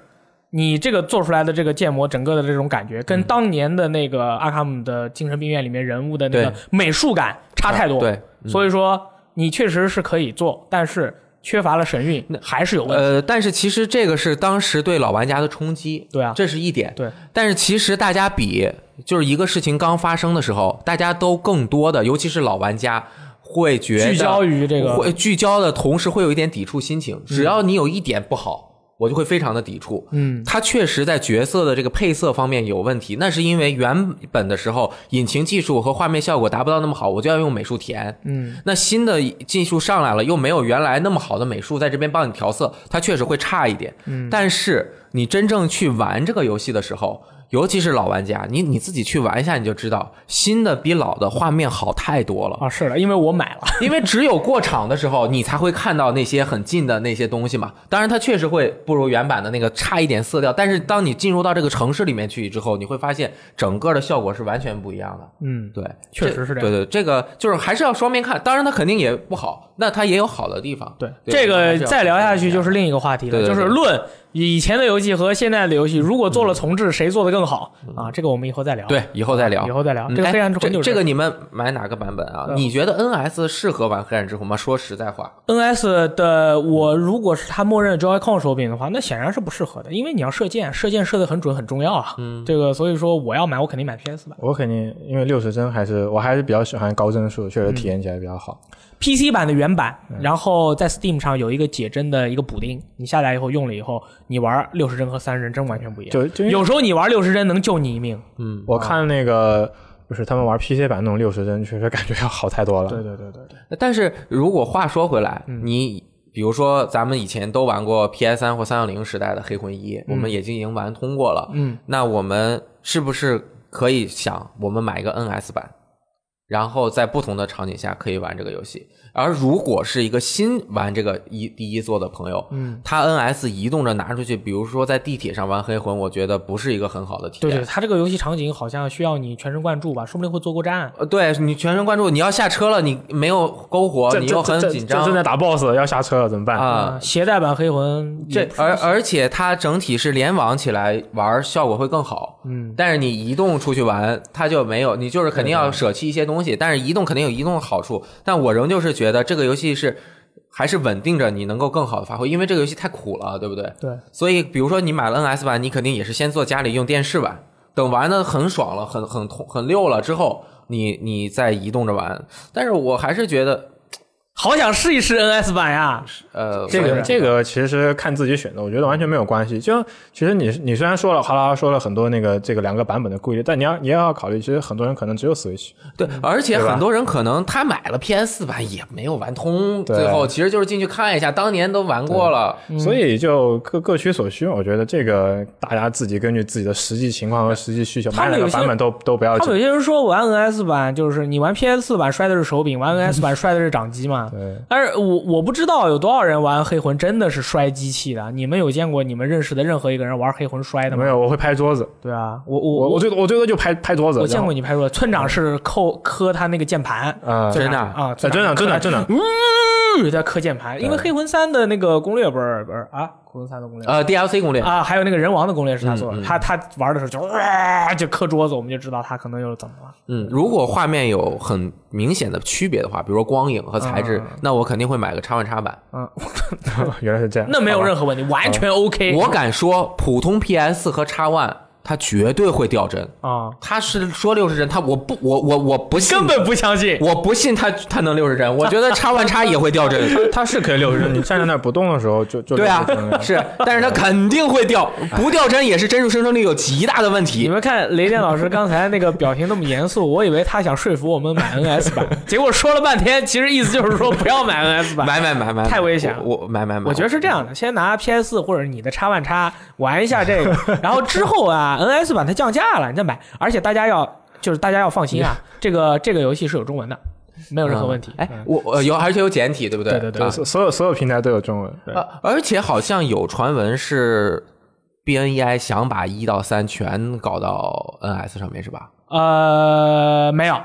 你这个做出来的这个建模，整个的这种感觉，
嗯
跟当年的那个阿卡姆的精神病院里面人物的那个
对
美术感差太多。
对，嗯
所以说你确实是可以做，但是缺乏了神韵，还是有问题。
呃，但是其实这个是当时对老玩家的冲击，
对啊
这是一点。
对，
但是其实大家比，就是一个事情刚发生的时候，大家都更多的，尤其是老玩家，会觉得
聚焦于这个嗯
会聚焦的同时会有一点抵触心情。只要你有一点不好，我就会非常的抵触。
嗯，
它确实在角色的这个配色方面有问题，那是因为原本的时候引擎技术和画面效果达不到那么好，我就要用美术填。
嗯，
那新的技术上来了，又没有原来那么好的美术在这边帮你调色，它确实会差一点。嗯，但是你真正去玩这个游戏的时候，尤其是老玩家，你你自己去玩一下你就知道，新的比老的画面好太多了。
啊，是的，因为我买了。
因为只有过场的时候，你才会看到那些很近的那些东西嘛。当然，它确实会不如原版的那个差一点色调，但是当你进入到这个城市里面去之后，你会发现整个的效果是完全不一样的。
嗯，
对，
确实是这样
对对，这个就是还是要双面看。当然，它肯定也不好，那它也有好的地方。
对，
对
这
还
个
是要
再聊下去就是另一个话题了，
对对
就
对
是论以前的游戏和现在的游戏，如果做了重置，谁做的更好啊？这个我们以后再聊。
对，以后再聊
以。后再聊。
嗯
这个
哎
黑暗之魂就是
这个你们买哪个版本啊？
嗯
你觉得 NS 适合玩黑暗之魂吗？说实在话，
NS 的，我如果是它默认的 Joy-Con 手柄的话，那显然是不适合的，因为你要射箭，射箭射得很准很重要啊。嗯，这个所以说我要买，我肯定买 PS 版。
我肯定因为六十帧还是我还是比较喜欢高帧数，确实体验起来比较好。
PC 版的原版，然后在 Steam 上有一个解帧的一个补丁，你下载以后用了以后，你玩六十帧和三十帧真完全不一样。
就就因为
有时候你玩六十帧能救你一命。
嗯，
我看那个就是他们玩 PC 版那种六十帧，确实感觉要好太多了。
对对对对，
但是如果话说回来，你比如说咱们以前都玩过 PS 三或三六零时代的《黑魂一》，我们也就已经玩通过了。
嗯，
那我们是不是可以想，我们买一个 NS 版，然后在不同的场景下可以玩这个游戏？而如果是一个新玩这个一第一座的朋友，嗯，他 NS 移动着拿出去，比如说在地铁上玩黑魂，我觉得不是一个很好的体
对
验。
对，它这个游戏场景好像需要你全神贯注吧，说不定会坐过站。
呃，对你全神贯注，你要下车了，你没有篝火，
这
你
这
又很
这
紧
这
张
正在打 BOSS 了要下车了怎么办？
啊、
嗯携带版黑魂也
这啊
不是
而而且它整体是联网起来玩儿效果会更好，
嗯，
但是你移动出去玩，它就没有，你就是肯定要舍弃一些东西，但是移动肯定有移动的好处，但我仍旧是觉得这个游戏是还是稳定着你能够更好的发挥，因为这个游戏太苦了，对不对？
对，
所以比如说你买了 NS 版，你肯定也是先做家里用电视玩，等玩的很爽了，很很痛很溜了之后，你你再移动着玩，但是我还是觉得
好想试一试 NS 版呀。
呃
这
是
个
的
这个其实看自己选择，我觉得完全没有关系。就像其实你你虽然说了哗啦啦说了很多那个这个两个版本的顾虑，但你要也要考虑，其实很多人可能只有 Switch。
对，而且
嗯对吧
很多人可能他买了 PS 四版也没有玩通，
对嗯
最后其实就是进去看一下，当年都玩过了。
所以就各各取所需，我觉得这个大家自己根据自己的实际情况和实际需求，
他
买
们
哪
有
个
些
版本都都不要
他们
紧。
有些人说玩 NS 版就是你玩 PS 四版摔的是手柄，玩 NS 版摔的是掌机嘛。
对，
但是我我不知道有多少人玩黑魂真的是摔机器的，你们有见过你们认识的任何一个人玩黑魂摔的
没
吗？
有，我会拍桌子，
对啊，我
我
我
我最多我最多就拍拍桌子。
我见
然
过
后
你拍出来，村长是扣磕他那个键盘，
啊，
真的啊
啊，
哎真的真的真的，
的在磕键盘，因为黑魂三的那个攻略不是不是啊，黑魂三的攻略。
呃，DLC 攻略，
啊，还有那个人王的攻略是他
嗯
做的，他他玩的时候就哇就磕桌子，我们就知道他可能又怎么了。
嗯，如果画面有很明显的区别的话，比如说光影和材
啊
质，那我肯定会买个叉万叉版。
嗯，
原来是这样。哎
那没有任何问题，完全 OK。
我敢说，普通 PS 和叉万它绝对会掉帧。
啊，
他是说六十帧，他我不我我我不信，
根本不相信。
我不信他他能六十帧，我觉得叉万叉也会掉帧。
它是可以六十帧，你站在那儿不动的时候就就
对啊
60帧 了，
是，但是他肯定会掉，不掉帧也是帧数生成率有极大的问
哎你
题。
们看雷电老师刚才那个表情那么严 肃，我以为他想说服我们买 NS 版，结果说了半天，其实意思就是说不要买 NS 版。
买买买买，
太危险了
我我买买买，
我觉得是这样的，先拿 PS 或者你的叉万叉玩一下这个，然后之后啊，NS 版它降价了，你再买。而且大家要就是大家要放 心啊，这个这个游戏是有中文的，没有任何问题
嗯。哎，我呃有，而且有简体，对不对？
对对对
啊
所所有所有平台都有中文。对
呃，而且好像有传闻是 BNEI 想把一到三全搞到 NS 上面是吧？
呃，没有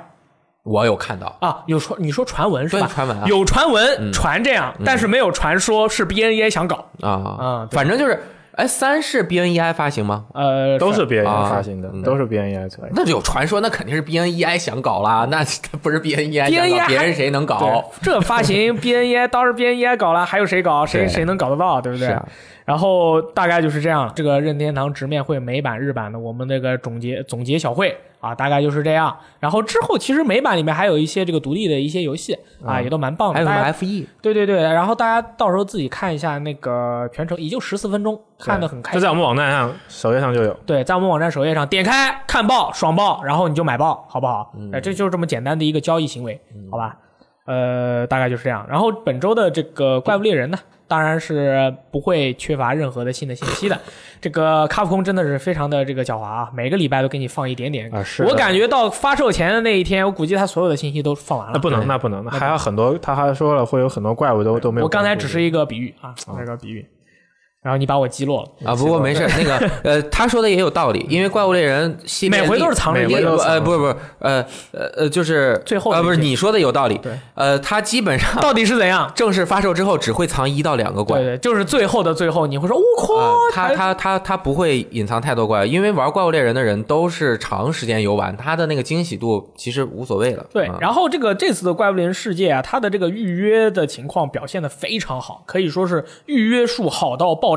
我有看到，
啊，有传你说传闻是
对
吧？
传闻啊嗯
有传闻传这样，但是没有传说是 BNA 想搞。
啊
啊，对
反正就是，哎，三是 BNEI 发行吗？
呃，
都是 BNE
啊
发行的
嗯，
都是 BNE 出来的。
那就有传说，那肯定是 BNEI 想搞啦，那 不是 BNEI 想
BNEI
搞，别人谁能
E 对
搞？，
这发行 BNE 当时 BNE 搞了，还有谁搞？谁
对
谁能搞得到？对不对？
是啊
然后大概就是这样了。这个任天堂直面会美版、日版的，我们这个总结总结小会啊，大概就是这样。然后之后其实美版里面还有一些这个独立的一些游戏啊，也都蛮棒的。
嗯还有什
大家
么 E？FE？
对对对，然后大家到时候自己看一下那个全程，也就十四分钟，看得很开
就
心。
在我们网站上、首页上就有。
对，在我们网站首页上点开看报，爽爆，然后你就买爆，好不好？
嗯
哎，这就是这么简单的一个交易行为，好吧？呃，大概就是这样。然后本周的这个怪物猎人呢，当然是不会缺乏任何的新的信息的。这个卡普空真的是非常的这个狡猾啊，每个礼拜都给你放一点点
啊是的
我感觉到发售前的那一天，我估计他所有的信息都放完了。
那不能，那不能，啊那还有很多，他还说了会有很多怪物都都没
我
有关注。
刚才只是一个比喻啊，那个比喻。然后你把我击落了。
啊，不过没事，那个呃，他说的也有道理，因为怪物猎人系列
每回都是藏着
每
掖
回
着
都是藏
呃，不是不是，呃呃呃，就是
最后
呃，不是
那一季
你说的有道理，
对，
呃，他基本上
到底是怎样？
正式发售之后只会藏一到两个怪
对，对，就是最后的最后，你会说，我
啊
靠，，
他他他他不会隐藏太多怪，因为玩怪物猎人的人都是长时间游玩，他的那个惊喜度其实无所谓了。
对
嗯，
然后这个这次的怪物猎人世界啊，它的这个预约的情况表现的非常好，可以说是预约数好到爆炸。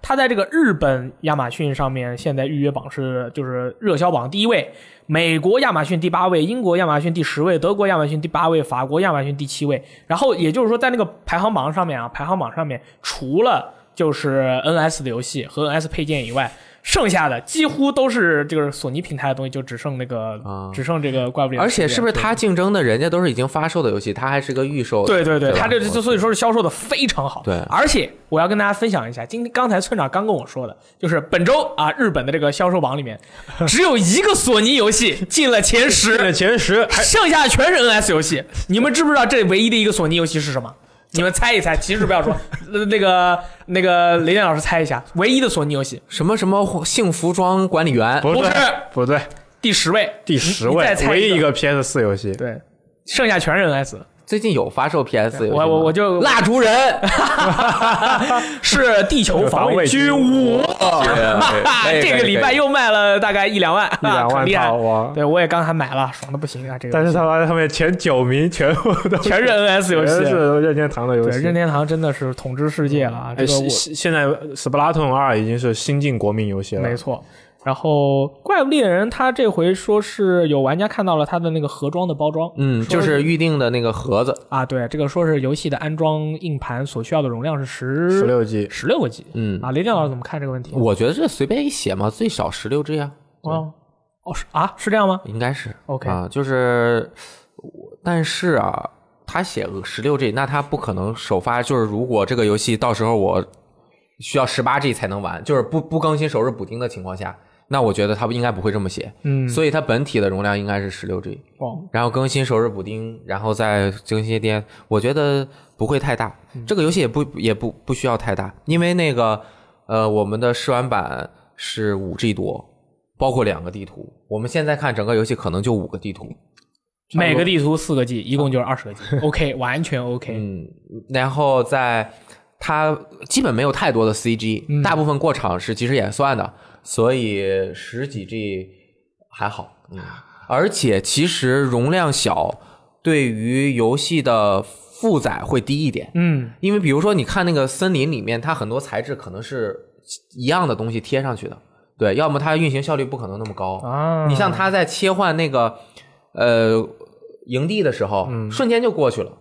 它在这个日本亚马逊上面，现在预约榜是就是热销榜第一位，美国亚马逊第八位，英国亚马逊第十位，德国亚马逊第八位，法国亚马逊第七位。然后也就是说，在那个排行榜上面啊，排行榜上面除了就是 NS 的游戏和 NS 配件以外。剩下的几乎都是这个索尼平台的东西，就只剩那个，
啊
只剩这个怪物猎人
而
世界
且
了。
是不是他竞争的人家都是已经发售的游戏，他还是个预售的？
对对对，
吧
他这就所以说是销售的非常好。
对
而且我要跟大家分享一下，今刚才村长刚跟我说的，就是本周啊，日本的这个销售榜里面，只有一个索尼游戏进了前
进了
十，
前十，还
剩下的全是 NS 游戏。你们知不知道这唯一的一个索尼游戏是什么？你们猜一猜，其实不要说，呃那个那个雷电老师猜一下，唯一的索尼游戏
什么什么性服装管 理员，
不
不
对
是，
不对，
第十位，
第十
你
位
再猜一，个
唯一一个 PS 四游戏。
对，剩下全是 NS。
最近有发售 PS 游戏吗
我我我就
蜡烛 人，
是地球防卫军五，
哦 可以
这个礼拜又卖了大概一两万，啊
一两
很
万
厉害
套。哇！
对，我也刚还买了，爽的不行啊！这
但
个
是他妈他们前九名全部都
全是 NS 游
全
戏，
是任天堂的游
对，
戏。
任天堂真的是统治世界了啊！
哎
这个
现
我
现现在《Splatoon 二》已经是新晋国民游戏了，
没错。然后怪物猎人，他这回说是有玩家看到了他的那个盒装的包装，
嗯，就是预定的那个盒子，
啊，对，这个说是游戏的安装硬盘所需要的容量是十
十六 G。
十六个 G
嗯，
啊。雷电老师怎么看这个问题？
我觉得这随便一写嘛，最少十六 G 啊，
哦哦是啊是这样吗？
应该是
OK
啊，就是，呃我但是啊，他写个十六 G，那他不可能首发，就是如果这个游戏到时候我需要十八 G 才能玩，就是不不更新首日补丁的情况下，那我觉得他不应该不会这么写，
嗯，
所以它本体的容量应该是十六 G，
哦
然后更新首日补丁，然后再更新一点，我觉得不会太大，这个游戏也不也不不需要太大，因为那个呃我们的试玩版是五 G 多。包括两个地图，我们现在看整个游戏可能就五个地图，
每个地图四个 G，一共就是二十个 G。OK，完 全 OK。
嗯，然后在它基本没有太多的 CG，、大部分过场是即时演算的，所以十几 G 还好，嗯，而且其实容量小，对于游戏的负载会低一点，
嗯，
因为比如说你看那个森林里面，它很多材质可能是一样的东西贴上去的。对，要么它运行效率不可能那么高。
啊，
你像它在切换那个呃营地的时候，
嗯
瞬间就过去了，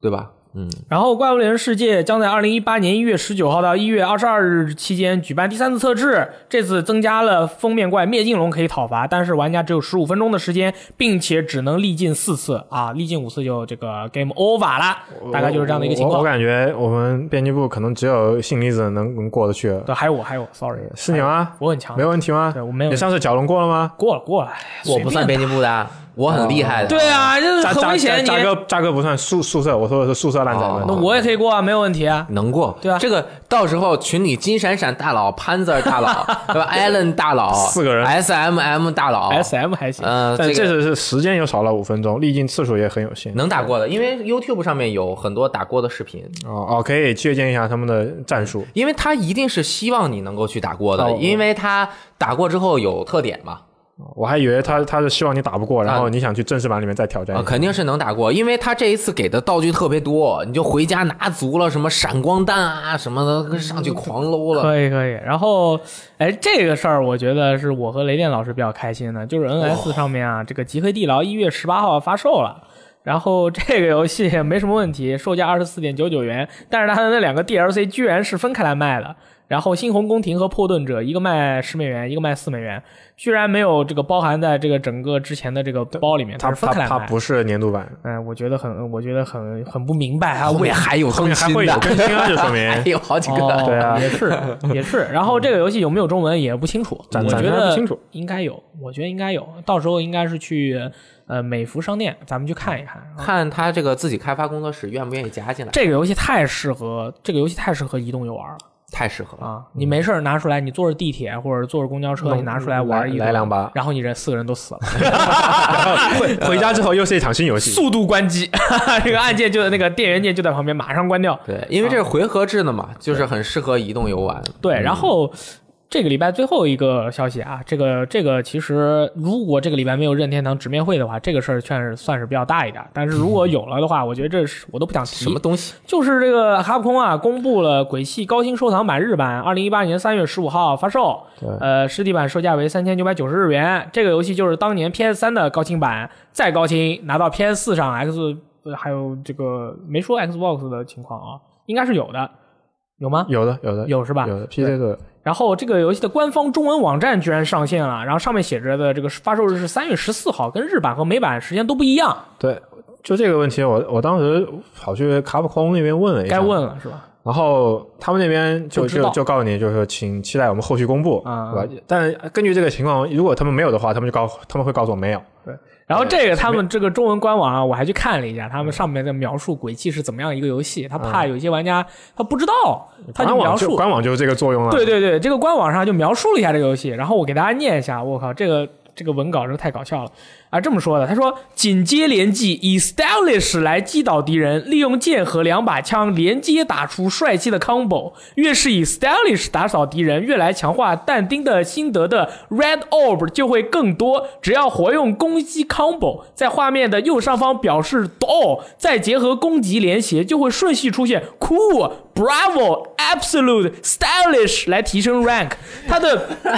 对吧？嗯，
然后《怪物猎人世界》将在二零一八年一月十九号到一月二十二日期间举办第三次测试，这次增加了封面怪灭尽龙可以讨伐，但是玩家只有十五分钟的时间，并且只能历尽四次啊，历尽五次就这个 game over 了，大概就是这样的一个情
我我
况。
感觉我们编辑部可能只有信离子能能过得去，
对，还有我，还有我，sorry，
是你吗？
我很强，
没问题吗
对？我没有
你上次角龙过了吗？
过了过了，
我不算
随便
编辑部的啊，我很厉害的。
对啊，这
扎
很
扎
危险你
扎。哥扎哥不算宿宿舍，我说的是宿舍烂仔们。
哦
那我也可以过啊，没有问题啊。
能过，
对啊
这个到时候群里金闪闪大佬、潘 Sir 大佬，对吧？Allen 大佬，
四个人
，S M M 大佬
S M 还行，
嗯，
但
这
这
个
次是时间又少了五分钟，历尽次数也很有限。
能打过的，因为 YouTube 上面有很多打过的视频，
哦哦，可以借鉴一下他们的战术。
因为他一定是希望你能够去打过的，
哦
因为他打过之后有特点嘛，
嗯
我还以为他他是希望你打不过，然后
啊
你想去正式版里面再挑战
啊，
哦
一下。
肯定是能打过，因为他这一次给的道具特别多，你就回家拿足了什么闪光弹啊什么的，跟上去狂搂了。
可以可以。然后，哎，这个事儿我觉得是我和雷电老师比较开心的，就是 NS 上面啊，这个《极黑地牢》一月十八号发售了。然后这个游戏也没什么问题，售价二十四点九九元，但是它的那两个 DLC 居然是分开来卖的。然后《猩红宫廷》和《破盾者》一个卖十美元，一个卖四美元，居然没有这个包含在这个整个之前的这个包里面，它
他
是分
他
开来
他
卖。
不是年度版，
嗯，我觉得很，我觉得很很不明白啊，
后
为
面还有
后
更
面还
新
会有
的，
更新啊，就说 明
还有好几个。
哦，
对啊
也是也是。然后这个游戏有没有中文也不清楚，
暂
我觉
暂时
得
还不清楚，
应该有，我觉得应该有，到时候应该是去呃美服商店咱们去看一看。啊
看他这个自己开发工作室愿不愿意加进来，
这个游戏太适合，这个游戏太适合移动游玩了
太适合了。
嗯
啊！你没事儿拿出来，你坐着地铁或者坐着公交车，你拿出来玩一
来来两把
然后你这四个人都死 了，
回 回家之后又是一场新游戏。
速度关机， 这个按键就那个电源键就在旁边，马上关掉。
对，因为这是回合制的
哦
嘛，就是很适合移动游玩。
对，然后这个礼拜最后一个消息啊，这个这个其实如果这个礼拜没有任天堂直面会的话，这个事儿算是算是比较大一点。但是如果有了的话，我觉得这是我都不想提
什么。东西？
就是这个哈普空啊，公布了《鬼泣高清收藏版》日版，二零一八年三月十五号发售。呃，实体版售价为三千九百九十日元。这个游戏就是当年 PS 3的高清版，再高清拿到 PS 4上 X，呃还有这个没说 Xbox 的情况啊，应该是有的，有吗？
有的有的
有是吧？
有的 PC 都有。
然后这个游戏的官方中文网站居然上线了，然后上面写着的这个发售日是三月十四号，跟日版和美版时间都不一样，
对，就这个问题，我我当时跑去卡普空那边问了一下，
该问了是吧？
然后他们那边就
就知道
就就告诉你，就是说请期待我们后续公布，
啊
对吧？但根据这个情况，如果他们没有的话，他们就告他们会告诉我没有。
然后这个他们这个中文官网啊，我还去看了一下，他们上面在描述《鬼泣》是怎么样一个游戏，他怕有些玩家他不知道，他就
嗯官
描
网就
述。
官网就是这个作用了。
对对对，这个官网上就描述了一下这个游戏，然后我给大家念一下，我靠，这个这个文稿真的太搞笑了啊！这么说的，他说紧接连击，以 stylish 来击倒敌人，利用剑和两把枪连接打出帅气的 combo，越是以 stylish 打扫敌人，越来强化但丁的心得的 red orb 就会更多。只要活用攻击 combo，在画面的右上方表示 do，再结合攻击连携，就会顺序出现 cool。Bravo, absolute, stylish 来提升 rank，它的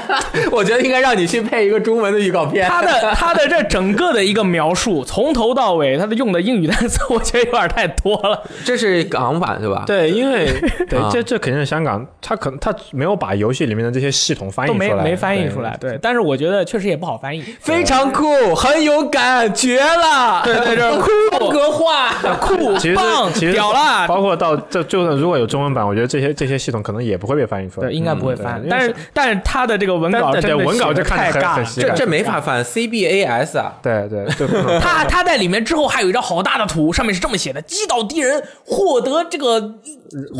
我觉得应该让你去配一个中文的预告片。
它的它的这整个的一个描述，从头到尾，它的用的英语单词，我觉得有点太多了。
这是港版对吧？
对，因为对
啊
这这肯定是香港，他可能他没有把游戏里面的这些系统翻译
都
出来，
没没翻译
对
出来，。对，但是我觉得确实也不好翻译。
非常酷，很有感觉了。对 对对，酷风格化，酷
其实
棒
其实
屌啦
包括到这就算如果有中文版，我觉得这些这些系统可能也不会被翻译出来。
对，应该不会翻
嗯，对
但是但是他的这个文稿真
但对
的
文
写
稿
得
就看
太
着很
尬
很
了。
奇
这这没法翻，CBAS 啊。
对对，就不能
他他在里面之后还有一张好大的图，上面是这么写的：击倒敌人，获得这个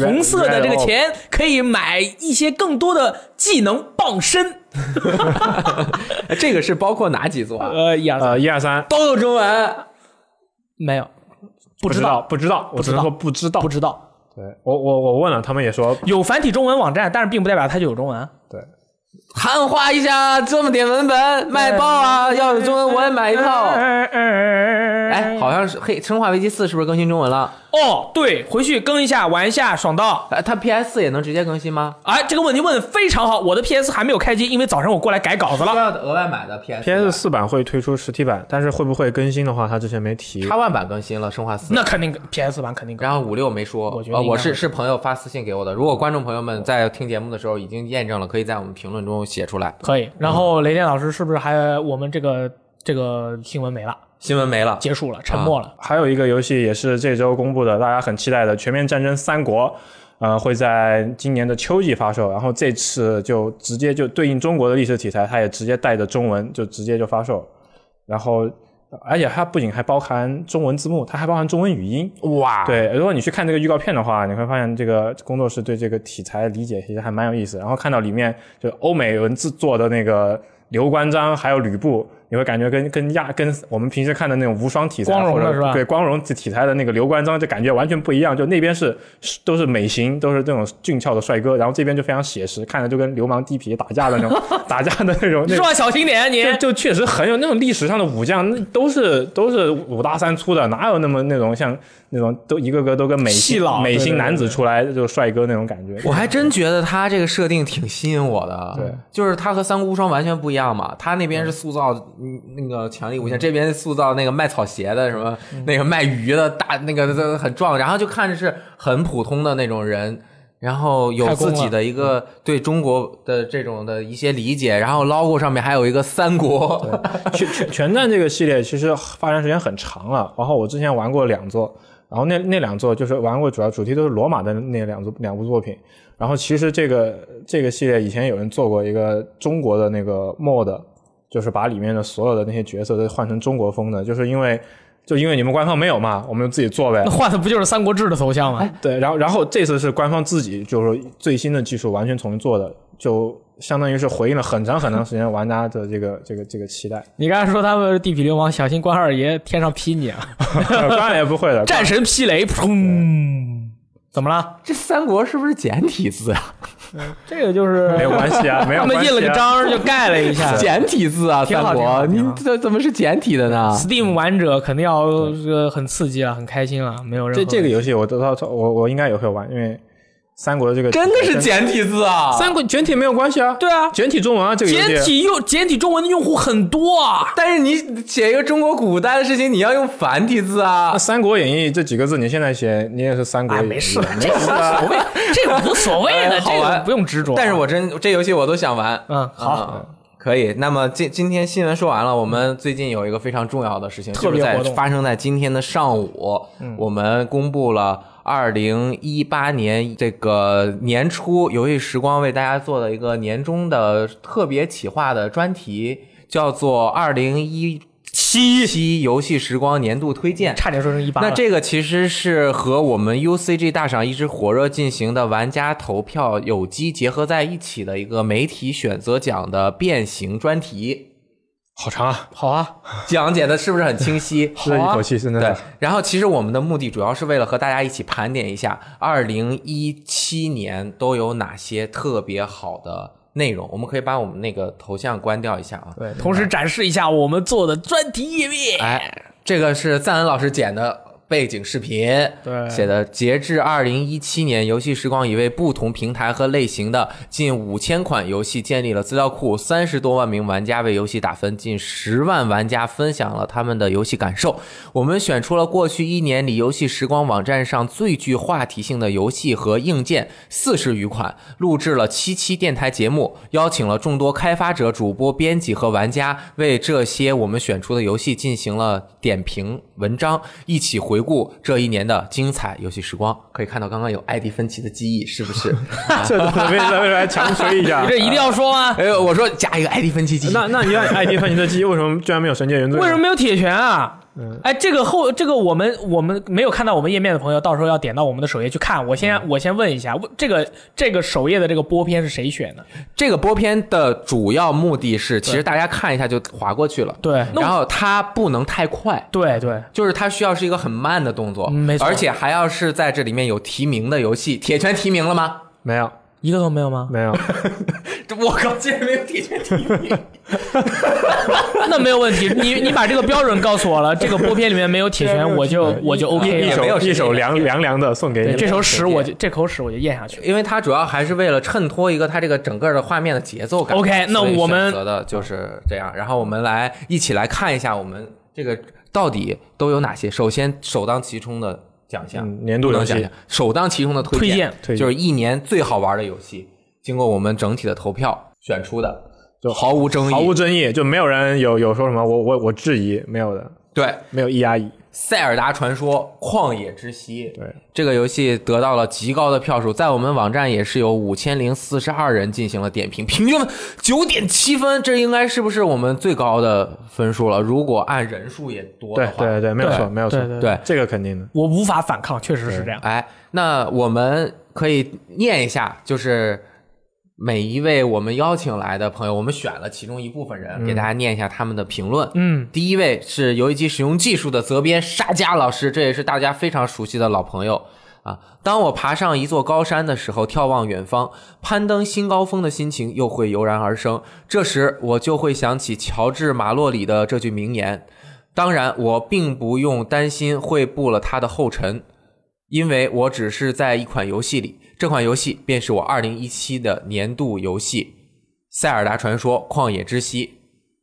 红色的这个钱，可以买一些更多的技能傍身。
这个是包括哪几座啊？
呃，一二三
呃一二三
都有中文。
没有， 不
不
知
知
道，
道不知道，我只能
不知道
说不知道
不。知道。
对我我我问了，他们也说
有繁体中文网站，但是并不代表它就有中文。啊
对，
汉化一下这么点文本卖爆啊！要有中文我也
哎
买一套。
哎
哎，好像是《嘿，生化危机四》是不是更新中文了？
哦，对，回去更一下，玩一下，爽到！
哎，它 PS 4也能直接更新吗？
哎，这个问题问的非常好，我的 PS 还没有开机，因为早上我过来改稿子
需
呃
了。
要额外买的 PS
PS 四版会推出实体版，但是会不会更新的话，他之前没提。
叉 One 版更新了《生化四》，
那肯定，PS 版肯定更。
然后五六没说，
我觉得
呃
应该
我
会
是是朋友发私信给我的。如果观众朋友们在听节目的时候已经验证了，可以在我们评论中写出来。
可
嗯
以，然后雷电老师是不是还我们这个这个新闻没了，
新闻没了，
结束
啊
了，沉默了。
还有一个游戏也是这周公布的，大家很期待的《全面战争三国》，呃，会在今年的秋季发售，然后这次就直接就对应中国的历史题材，它也直接带着中文就直接就发售，然后而且它不仅还包含中文字幕，它还包含中文语音。
啊
哇，
对，如果你去看这个预告片的话，你会发现这个工作室对这个题材的理解其实还蛮有意思。然后看到里面就欧美文字做的那个刘关张还有吕布，你会感觉跟跟亚跟我们平时看的那种无双题材
光荣的
或者
是吧
对，光荣题材的那个刘关张就感觉完全不一样。就那边是是都是美型，都是这种俊俏的帅哥，然后这边就非常写实，看着就跟流氓地痞打架的那 种打架的那种
说
那种。
话小心点，你
就就确实很有那种历史上的武将，那都是都是五大三粗的，哪有那么那种像那种都一个个都跟美
细
型
佬
美
对对
型
对
男子出来就是帅哥那种感觉。
我还真觉得他这个设定挺吸引我的，
对，
就是他和三国无双完全不一样嘛，他那边是塑造嗯那个强力无限，这边塑造那个卖草鞋的什么，
嗯
那个卖鱼的大那个呃很壮，然后就看着是很普通的那种人。然后有
太空
自
了嗯
己的一个对中国的这种的一些理解，然后 logo 上面还有一个三国，
全全全战这个系列其实发展时间很长了，然后我之前玩过两座，然后那那两座就是玩过主要主题都是罗马的那两座两部作品，然后其实这个这个系列以前有人做过一个中国的那个 mod，就是把里面的所有的那些角色都换成中国风的，就是因为就因为你们官方没有嘛，我们就自己做呗
那。换的不就是《三国志》的头像吗？
对，然后然后这次是官方自己就是最新的技术完全重新做的，就相当于是回应了很长很长时间玩家的这个这个这个期待。
你刚才说他们是地痞流氓，小心关二爷天上劈你啊！
当然也不会的，
战神劈雷，砰！怎么了？
这三国是不是简体字啊？
这个就是
没有关系啊，没有
他
关系、
们
啊。
印了个，章就盖了一 下。
简体字啊，
挺好
三
挺好
国，你
挺好
这怎么是简体的 呢？
Steam 玩者肯定要呃很刺激了，很开心啊了，没有任何
这这个游戏我得到我我应该也会玩，因为三国这个
真的是简体字啊！
三国简体没有关系啊，
对啊，
简体中文啊这个游戏
简体用简体中文的用户很多啊。
但是你写一个中国古代的事情，你要用繁体字啊。
那《三国演义》这几个字你现在写你也是三国
哎，
演义，
没事了，这个无所谓，这个无所谓 的，
哎好
这
玩
个不用执着。
但是我真这游戏我都想玩。
嗯啊好
嗯，可以。那么今今天新闻说完了，我们最近有一个非常重要的事情，
特
就是
别
在
活动嗯
发生在今天的上午，我们公布了。二零一八年这个年初，游戏时光为大家做的一个年终的特别企划的专题，叫做“二零一七七游戏时光年度推荐”。
差点说成一八了。
那这个其实是和我们 UCG 大赏一直火热进行的玩家投票有机结合在一起的一个媒体选择奖的变形专题，
好长啊，
好啊，
讲解的是不是很清晰？
是一口气，真的
对
是。，
然后其实我们的目的主要是为了和大家一起盘点一下二零一七年都有哪些特别好的内容。我们可以把我们那个头像关掉一下啊。
对，
同时展示一下我们做的专题页面。
哎，这个是赞恩老师剪的背景视频，
对
写的。截至二零一七年，游戏时光已为不同平台和类型的近五千款游戏建立了资料库，三十多万名玩家为游戏打分，近十万玩家分享了他们的游戏感受。我们选出了过去一年里游戏时光网站上最具话题性的游戏和硬件四十余款，录制了七期电台节目，邀请了众多开发者、主播、编辑和玩家，为这些我们选出的游戏进行了点评文章，一起回顾这一年的精彩游戏时光。可以看到，刚刚有艾迪芬奇的记忆，是 不是？
这为什么来强推一下
你？这一定要说吗？
哎呦，我说加一个艾迪芬奇记忆，
那那你哎按艾迪芬奇的记忆为什么居然没有《神界原罪》呢？
为什么没有铁拳啊？哎，这个后这个我们我们没有看到我们页面的朋友，到时候要点到我们的首页去看。我先、我先问一下，这个这个首页的这个播片是谁选的？
这个播片的主要目的是，其实大家看一下就划过去了。
对那我
然后它不能太快。
对对，
就是它需要是一个很慢的动作，
嗯没错
而且还要是在这里面有提名的游戏。铁拳提名了吗？
没有
一个都没有吗？
没有，
这我靠，竟然没有铁拳提名，
那没有问题。你你把这个标准告诉我了，这个播片里面没有铁拳，我就我就 OK
也
一
了。
没有
首
谁
一首凉凉凉的送给
对，
你。
这首屎我就这口屎我就咽下去了。
因为它主要还是为了衬托一个它这个整个的画面的节奏感。
OK，那
所以
我们
选择的就是这样。然后我们来一起来看一下我们这个到底都有哪些。首先首当其冲的奖项，
嗯年度
不能
游
讲
戏
讲，首当其冲的推
推荐
推荐
就是一年最好玩的游戏，经过我们整体的投票选出的，
就
毫无争议。
毫无争议，就没有人有有说什么我我我质疑，没有的，
对，
没有一压一。
《塞尔达传说：旷野之息》
对，
这个游戏得到了极高的票数，在我们网站也是有五千零四十二人进行了点评，平均九点七分，这应该是不是我们最高的分数了？如果按人数也多的
对
话，
对对，没有错，没有错
对，对，
对
这个肯定的。
我无法反抗，确实是这样。
哎，那我们可以念一下，就是每一位我们邀请来的朋友，我们选了其中一部分人，给大家念一下他们的评论。
嗯，
第一位是游戏机使用技术的责编沙加老师，这也是大家非常熟悉的老朋友。啊！当我爬上一座高山的时候，眺望远方，攀登新高峰的心情又会油然而生。这时，我就会想起乔治·马洛里的这句名言。当然，我并不用担心会步了他的后尘，因为我只是在一款游戏里，这款游戏便是我2017的年度游戏《塞尔达传说：旷野之息》。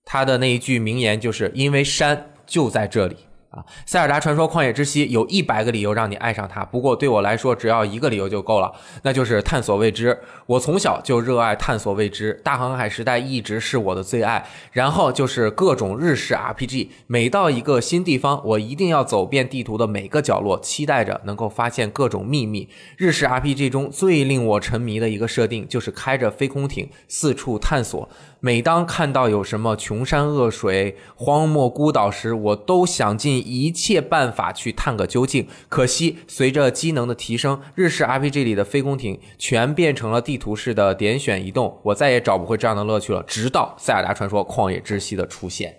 它的那一句名言就是“因为山就在这里”啊，《塞尔达传说：旷野之息》有一百个理由让你爱上它，不过对我来说，只要一个理由就够了，那就是探索未知。我从小就热爱探索未知，大航海时代一直是我的最爱。然后就是各种日式 RPG，每到一个新地方，我一定要走遍地图的每个角落，期待着能够发现各种秘密。日式 RPG 中最令我沉迷的一个设定就是开着飞空艇四处探索。每当看到有什么穷山恶水、荒漠孤岛时，我都想尽一切办法去探个究竟。可惜，随着机能的提升，日式 RPG 里的飞空艇全变成了地图式的点选移动，我再也找不回这样的乐趣了。直到《塞尔达传说：旷野之息》的出现，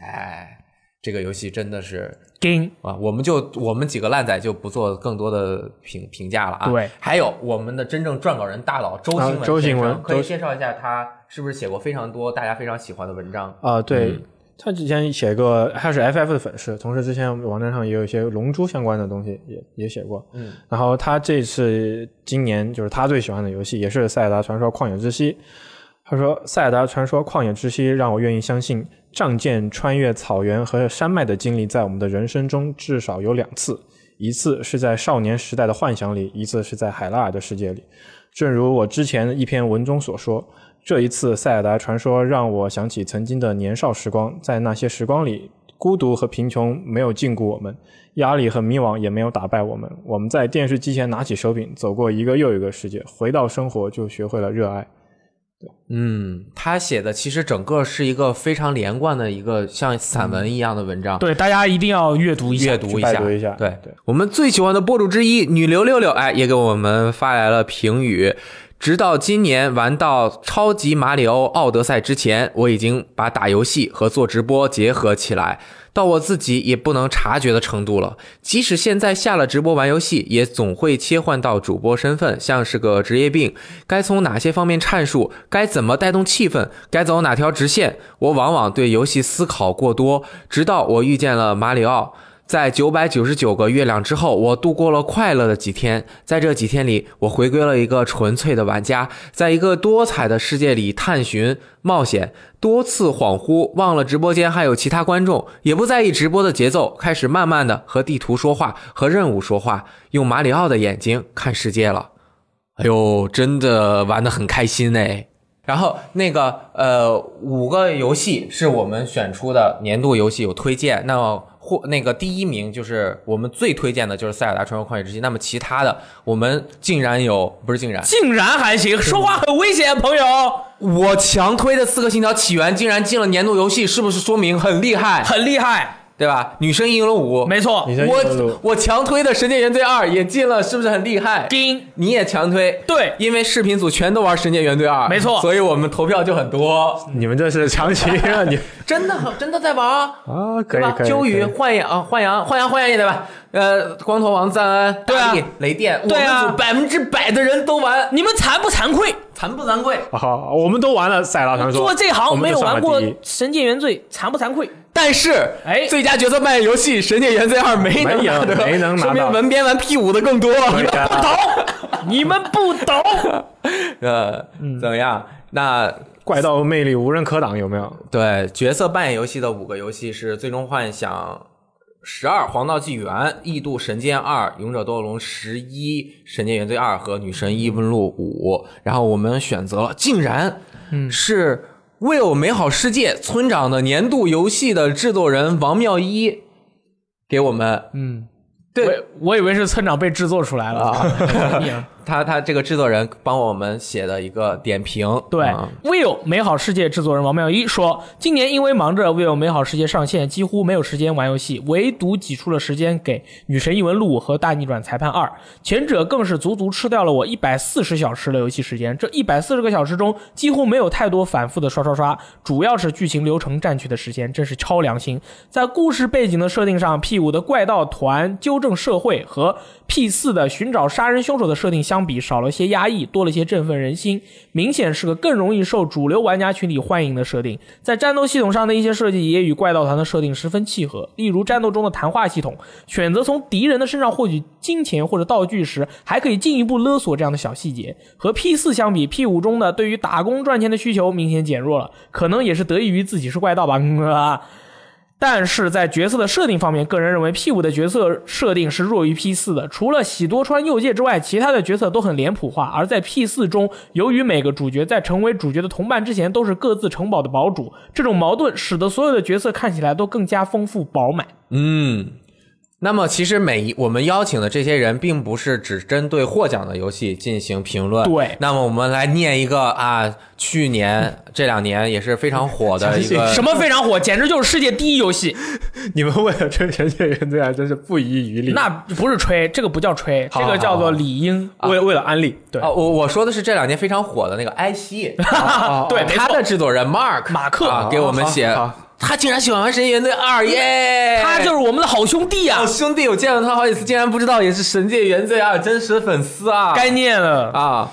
哎，这个游戏真的是
game
啊，我们就我们几个烂仔就不做更多的评评价了啊。
对，
还有我们的真正撰稿人大佬周兴
啊
文先生、
周兴文
可以
周
介绍一下他是不是写过非常多大家非常喜欢的文章？
啊、对、他之前写过，他是 FF 的粉丝，同时之前我们网站上也有一些龙珠相关的东西也也写过。
嗯，
然后他这次今年就是他最喜欢的游戏也是《塞尔达传说：旷野之息》。他说，《塞尔达传说：旷野之息》让我愿意相信，仗剑穿越草原和山脉的经历在我们的人生中至少有两次，一次是在少年时代的幻想里，一次是在海拉尔的世界里。正如我之前一篇文中所说，这一次《塞尔达传说》让我想起曾经的年少时光，在那些时光里，孤独和贫穷没有禁锢我们，压力和迷惘也没有打败我们。我们在电视机前拿起手柄，走过一个又一个世界，回到生活就学会了热爱。
嗯，他写的其实整个是一个非常连贯的一个像散文一样的文章。
对，大家一定要阅读一下。
阅读一
去
下，
拜读一下
对
对
我们最喜欢的博主之一女六六六，哎，也给我们发来了评语。直到今年玩到《超级马里奥奥德赛》之前，我已经把打游戏和做直播结合起来，到我自己也不能察觉的程度了。即使现在下了直播玩游戏，也总会切换到主播身份，像是个职业病。该从哪些方面阐述？该怎么带动气氛？该走哪条直线？我往往对游戏思考过多，直到我遇见了马里奥。在九百九十九个月亮之后，我度过了快乐的几天。在这几天里，我回归了一个纯粹的玩家，在一个多彩的世界里探寻、冒险。多次恍惚，忘了直播间还有其他观众，也不在意直播的节奏，开始慢慢的和地图说话，和任务说话，用马里奥的眼睛看世界了。哎呦，真的玩的很开心哎。然后那个呃，五个游戏是我们选出的年度游戏有推荐，那么或那个第一名就是我们最推荐的就是《塞尔达传说：旷野之息》，那么其他的我们竟然有不是竟然，
竟然还行，说话很危险，朋友，
我强推的《刺客信条：起源》竟然进了年度游戏，是不是说明很厉害，
很厉害，
对吧？女生英雄五，
没错
你。先记
我
录
我强推的《神界原罪二》也进了，是不是很厉害？
game
你也强推，
对
因为视频组全都玩《神界原罪二》，
没错
所以我们投票就很多，
你们这是强行让你
真的很真的在玩啊，
啊，可
对
以
吧？
可以。
鸠
可以
羽、幻阳、幻阳、幻阳、幻阳也得玩，呃，光头王、赞恩、
对啊
大力雷电，
对啊
我们组百分之百的人都玩，
你们惭不惭愧？
惭不惭愧？
好，我们都玩了《塞拉传说》，
做这行
我们
没
就
有
上
玩
了
过
第
《
一
神界原罪》，惭不惭愧？
但是，
哎
最佳角色扮演游戏《神界原罪二》没能
没
拿
赢
得，
没能拿
说
到
明文编玩 P 五的更多。
对呀、
你们不 懂。
呃，怎么样？那
怪盗魅力无人可挡，有没有？
对角色扮演游戏的五个游戏是《最终幻想十二》《黄道纪元》《异度神剑二》《勇者斗恶龙十一》《神界原罪二》和《女神异闻录五》。然后我们选择了，竟然
嗯
是《Will 美好世界》村长的年度游戏的制作人王妙一给我们
嗯，
对。
我，我以为是村长被制作出来了。 啊、
他他这个制作人帮我们写的一个点评，
对、
啊
w i l l 美好世界制作人王妙一说，今年因为忙着 Will 美好世界上线，几乎没有时间玩游戏，唯独挤出了时间给《女神异闻录五》和《大逆转裁判二》，前者更是足足吃掉了我一百四十小时的游戏时间。这一百四十个小时中，几乎没有太多反复的刷刷刷，主要是剧情流程占据的时间，真是超良心。在故事背景的设定上，P 五的怪盗团纠正社会和 P 四的寻找杀人凶手的设定相比，少了些压抑，多了些振奋人心，明显是个更容易受主流玩家群体欢迎的设定。在战斗系统上的一些设计也与怪盗团的设定十分契合，例如战斗中的谈话系统，选择从敌人的身上获取金钱或者道具时，还可以进一步勒索这样的小细节。和 P 四相比，P 五中的对于打工赚钱的需求明显减弱了，可能也是得益于自己是怪盗吧。嗯啊但是在角色的设定方面，个人认为 P 五的角色设定是弱于 P 四的。除了喜多川右介之外，其他的角色都很脸谱化。而在 P 四中，由于每个主角在成为主角的同伴之前都是各自城堡的堡主，这种矛盾使得所有的角色看起来都更加丰富饱满。
嗯，那么其实每一我们邀请的这些人，并不是只针对获奖的游戏进行评论。
对
那么我们来念一个啊，去年这两年也是非常火 的一个
什么非常火，简直就是世界第一游戏。
你们为了追《神界原罪》啊，真是不遗余力。
那不是吹，这个不叫吹，
好
这个叫做理应。
为为了安利，对
哦，我我说的是这两年非常火的那个埃希，
对没错
他的制作人 Mark
马克
啊给我们写
好好好，
他竟然喜欢玩《神界原罪二》耶！
他就是我们的好兄弟呀、啊
哦兄弟，我见了他好几次，竟然不知道也是《神界原罪二》真实粉丝啊！
该念了。
啊。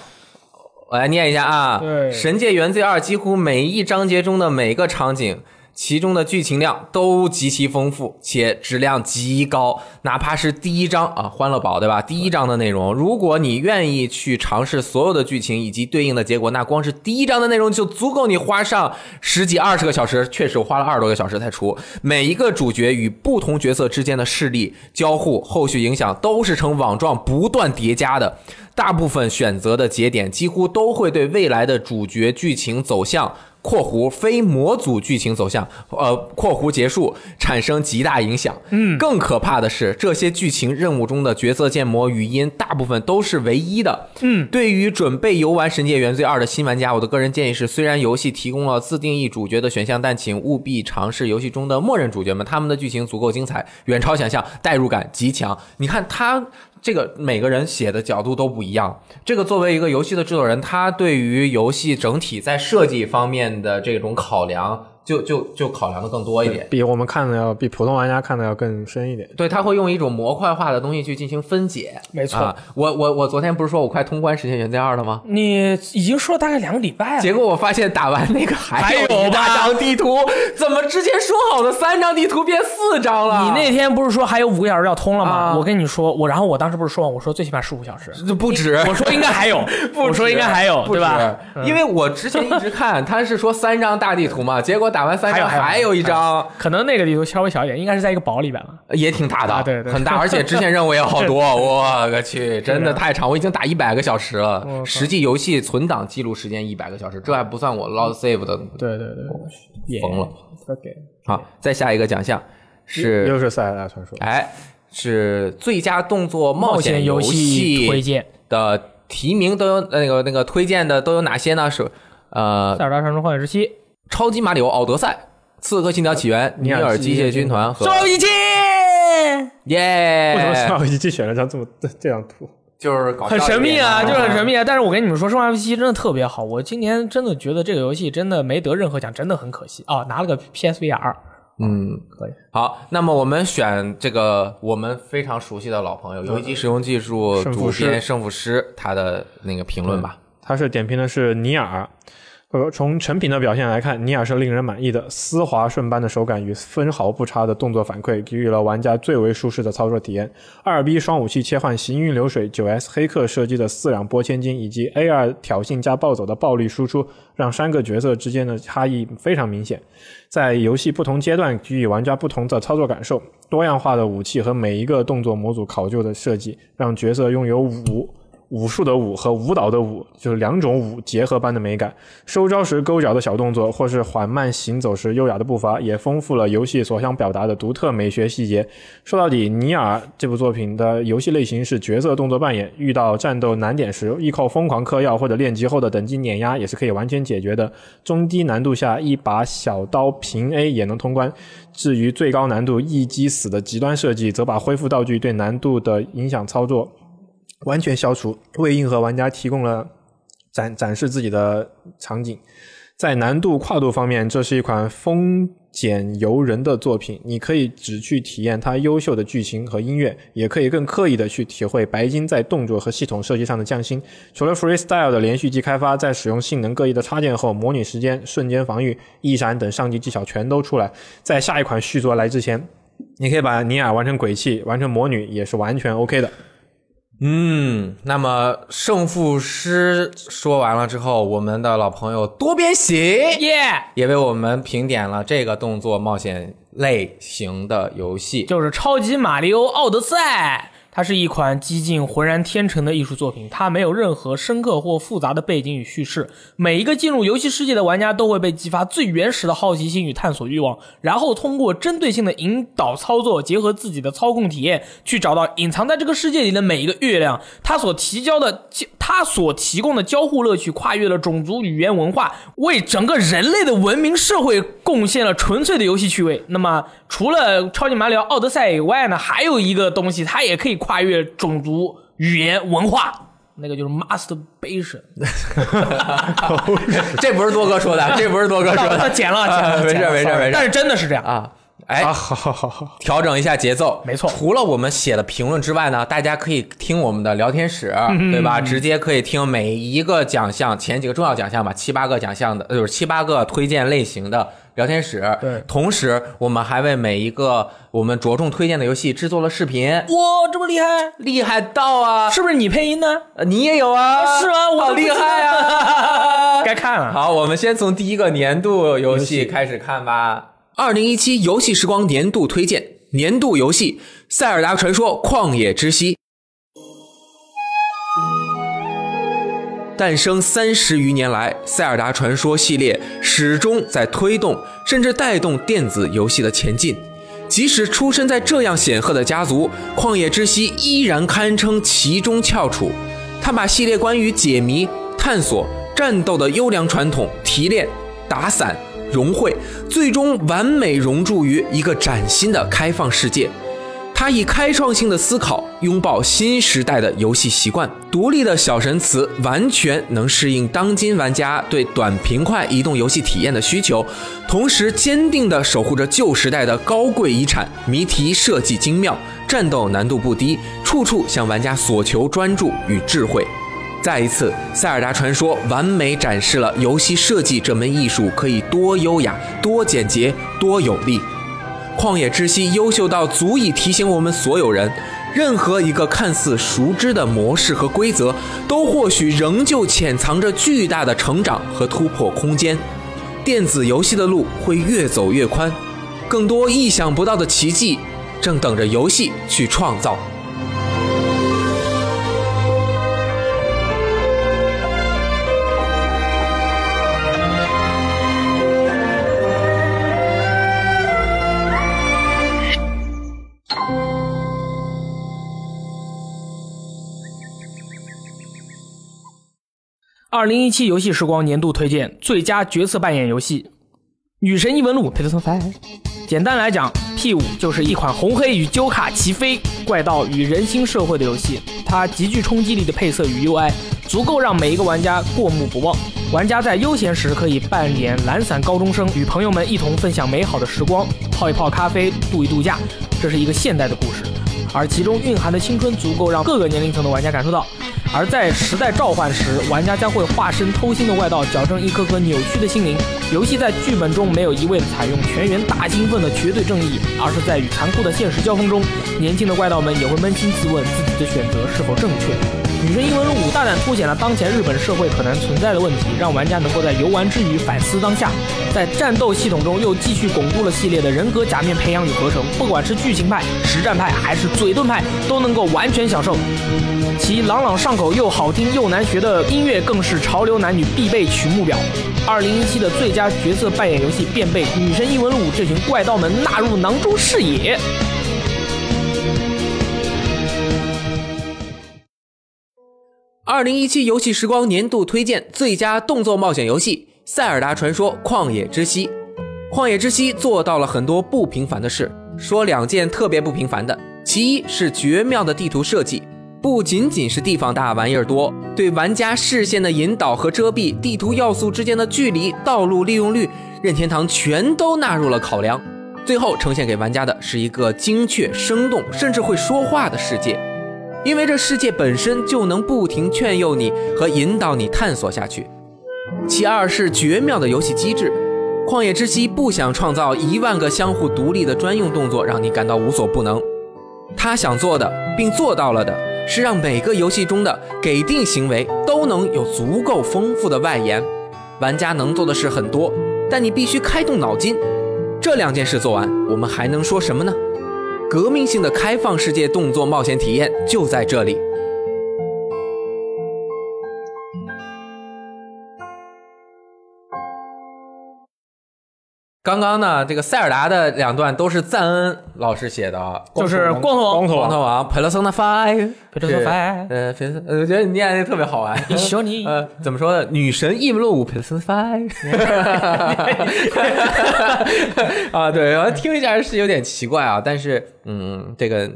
我来念一下啊，
对
《神界原罪二》几乎每一章节中的每个场景，其中的剧情量都极其丰富，且质量极高。哪怕是第一章啊，《欢乐堡》对吧？第一章的内容，如果你愿意去尝试所有的剧情以及对应的结果，那光是第一章的内容就足够你花上十几二十个小时。确实，我花了二十多个小时才出。每一个主角与不同角色之间的势力交互、后续影响都是呈网状不断叠加的。大部分选择的节点几乎都会对未来的主角剧情走向（括弧非模组剧情走向）呃（括弧结束）产生极大影响。嗯，更可怕的是，这些剧情任务中的角色建模语音大部分都是唯一的。嗯，对于准备游玩《神界原罪二》的新玩家，我的个人建议是，虽然游戏提供了自定义主角的选项，但请务必尝试游戏中的默认主角们，他们的剧情足够精彩，远超想象，代入感极强。你看他。这个每个人写的角度都不一样。这个作为一个游戏的制作人，他对于游戏整体在设计方面的这种考量，就就就考量的更多一点。
比我们看的要比普通玩家看的要更深一点。
嗯对，他会用一种模块化的东西去进行分解。
没错
啊、我我我昨天不是说我快通关《实现原罪二》了吗？
你已经说了大概两个礼拜了，
结果我发现打完那个还
还有
一大
吧
张地图，怎么之前说好的三张地图变四张了？
你那天不是说还有五个小时要通了吗？
啊
我跟你说，我然后我当时不是说吗，我说最起码十五小 时，
这不止，
我说应该还有，我说应该还有，
不
对
止嗯
吧？？
因为我之前一直看，他是说三张大地图嘛，结果打完三
还
张
有还有
还有一张，
可能那个地图稍微小一点，应该是在一个堡里边吧。
也挺大的，
啊对对
很大，而且支线任务也好 多，我个去，真的太长，我已经打一百个小时了，实际游戏存档记录时间一百个小时，这还不算我 lost save 的，
对对对，
也
疯了。
OK，
好，再下一个奖项
又
是，
是塞尔达传说。
哎，是最佳动作
冒
冒
险
险游
游戏推荐
的提名都有那个那个推荐的都有哪些呢？是呃
《塞尔达传说：幻想之息
超级马里奥奥德赛、刺客信条起源、尼
尼尔
尔
机
机械
械
军
军
团》和
周一期，
耶
为什么《生化危机》选了张这么这这张图？
就是搞笑
很神秘啊，
一
就
点
是很神秘啊。但是我跟你们说，《生化危机》真的特别好，我今年真的觉得这个游戏真的没得任何奖，真的很可惜啊、哦拿了个 PSVR。
嗯，
可以。
好，那么我们选这个我们非常熟悉的老朋友，游戏机使用技术
胜
主
负师
编胜负师他的那个评论吧。
它是点评的是尼尔。呃，从成品的表现来看，尼尔是令人满意的，丝滑顺扳的手感与分毫不差的动作反馈，给予了玩家最为舒适的操作体验。二 B 双武器切换、行云流水、九 S 黑客射击的四两拨千斤，以及 A 二挑衅加暴走的暴力输出，让三个角色之间的差异非常明显。在游戏不同阶段给予玩家不同的操作感受，多样化的武器和每一个动作模组考究的设计，让角色拥有武武术的武和舞蹈的舞，就是两种舞结合般的美感。收招时勾脚的小动作，或是缓慢行走时优雅的步伐，也丰富了游戏所想表达的独特美学细节。说到底，《尼尔》这部作品的游戏类型是角色动作扮演，遇到战斗难点时，依靠疯狂嗑药或者练级后的等级碾压也是可以完全解决的。中低难度下，一把小刀平 A 也能通关。至于最高难度一击死的极端设计，则把恢复道具对难度的影响操作完全消除，为硬核玩家提供了展展示自己的场景。在难度跨度方面，这是一款丰俭由人的作品。你可以只去体验它优秀的剧情和音乐，也可以更刻意的去体会白金在动作和系统设计上的匠心。除了 Freestyle 的连续技开发，在使用性能各异的插件后，模拟时间、瞬间防御、一闪等上级技巧全都出来。在下一款续作来之前，你可以把尼尔完成鬼泣，完成魔女也是完全 OK 的。
嗯，那么胜负师说完了之后，我们的老朋友多边形
耶、
也为我们评点了这个动作冒险类型的游戏。
就是《超级马里奥奥德赛》，它是一款激进、浑然天成的艺术作品，它没有任何深刻或复杂的背景与叙事。每一个进入游戏世界的玩家都会被激发最原始的好奇心与探索欲望，然后通过针对性的引导操作，结合自己的操控体验，去找到隐藏在这个世界里的每一个月亮。它所提交的，它所提供的交互乐趣跨越了种族、语言、文化，为整个人类的文明社会贡献了纯粹的游戏趣味。那么，除了超级马里奥奥德赛以外呢，还有一个东西，它也可以跨越种族、语言、文化，那个就是 masturbation。
这不是多哥说的，这不是多哥说的，
剪了，剪
啊
了，
没事
剪了
没事
sorry
没事
但是真的是这样，
啊。哎，
啊，好好好好，
调整一下节奏，
没错
除了我们写的评论之外呢，大家可以听我们的聊天室，
嗯
对吧？直接可以听每一个奖项前几个重要奖项吧，七八个奖项的，呃就是七八个推荐类型的聊天室。
对
同时我们还为每一个我们着重推荐的游戏制作了视频，
哇，这么厉害，
厉害到啊！
是不是你配音呢？
呃你也有啊？
是吗我
好
都不
厉
知道
害啊！
该看了。
好，我们先从第一个年度游戏开始看吧。二零一七游戏时光年度推荐，年度游戏《塞尔达传说：旷野之息》。诞生三十余年来，《塞尔达传说》系列始终在推动甚至带动电子游戏的前进。即使出身在这样显赫的家族，《旷野之息》依然堪称其中翘楚。他把系列关于解谜、探索、战斗的优良传统提炼、打散、融汇，最终完美融铸于一个崭新的开放世界。他以开创性的思考拥抱新时代的游戏习惯，独立的小神词完全能适应当今玩家对短平快移动游戏体验的需求，同时坚定地守护着旧时代的高贵遗产。谜题设计精妙，战斗难度不低，处处向玩家所求专注与智慧。再一次，《塞尔达传说》完美展示了游戏设计这门艺术可以多优雅、多简洁、多有力。旷野之息优秀到足以提醒我们所有人，任何一个看似熟知的模式和规则，都或许仍旧潜藏着巨大的成长和突破空间。电子游戏的路会越走越宽，更多意想不到的奇迹正等着游戏去创造。
二零一七游戏时光年度推荐最佳角色扮演游戏《女神异闻录》Persona Five。简单来讲，P 五就是一款红黑与纠卡齐飞、怪盗与人心社会的游戏。它极具冲击力的配色与 UI，足够让每一个玩家过目不忘。玩家在悠闲时可以扮演懒散高中生，与朋友们一同分享美好的时光，泡一泡咖啡，度一度假。这是一个现代的故事，而其中蕴含的青春足够让各个年龄层的玩家感受到。而在时代召唤时，玩家将会化身偷心的怪盗，矫正一颗颗扭曲的心灵。游戏在剧本中没有一味的采用全员大兴奋的绝对正义，而是在与残酷的现实交锋中，年轻的怪盗们也会扪心自问自己的选择是否正确。女神异闻录五大胆凸显了当前日本社会可能存在的问题，让玩家能够在游玩之余反思当下。在战斗系统中又继续巩固了系列的人格假面培养与合成，不管是剧情派、实战派还是嘴遁派，都能够完全享受。其朗朗上口又好听又难学的音乐更是潮流男女必备曲目表。二零一七的最佳角色扮演游戏便被《女神异闻录五》这群怪盗们纳入囊中视野。
二零一七游戏时光年度推荐最佳动作冒险游戏《塞尔达传说：旷野之息》。《旷野之息》做到了很多不平凡的事，说两件特别不平凡的，其一是绝妙的地图设计，不仅仅是地方大玩意儿多，对玩家视线的引导和遮蔽、地图要素之间的距离、道路利用率，任天堂全都纳入了考量。最后呈现给玩家的是一个精确、生动，甚至会说话的世界。因为这世界本身就能不停劝诱你和引导你探索下去。其二是绝妙的游戏机制，《旷野之息》不想创造一万个相互独立的专用动作让你感到无所不能，他想做的并做到了的是让每个游戏中的给定行为都能有足够丰富的外延。玩家能做的事很多，但你必须开动脑筋。这两件事做完，我们还能说什么呢？革命性的开放世界动作冒险体验就在这里。刚刚呢，这个塞尔达的两段都是赞恩老师写的啊，
就是光头
光
王，
头
光
王
头王 Persona Five，
Persona Five
呃，Persona- 呃，我觉得你念的特别好玩。
一宿你
呃，怎么说呢？女神异闻录五 Persona Five，啊，对，然后听一下是有点奇怪啊，但是嗯，这个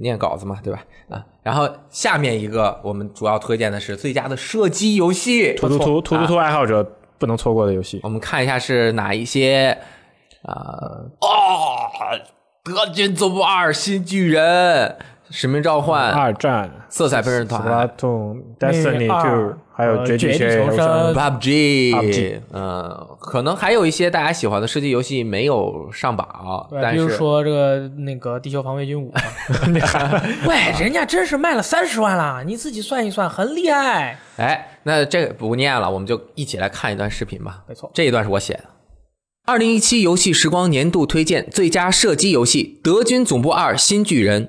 念稿子嘛，对吧？啊，然后下面一个我们主要推荐的是最佳的射击游戏，
图图图图
啊
图图爱好者不能错过的游戏。
我们看一下是哪一些啊、哦，德军总部二新巨人、使命召唤、
二战、
色彩飞人团、
Splatoon、Destiny
二
Two，还有
呃
绝
绝地
求
求
生
生。
PUBG，
PUBG
嗯、可能还有一些大家喜欢的射击游戏没有上榜，
对，
但
比如
是
说这个那个《地球防卫军五》， 喂，人家真是卖了三十万了，你自己算一算，很厉害。
哎，那这个不念了，我们就一起来看一段视频吧。
没错
这一段是我写的。二零一七游戏时光年度推荐最佳射击游戏《德军总部二：新巨人》。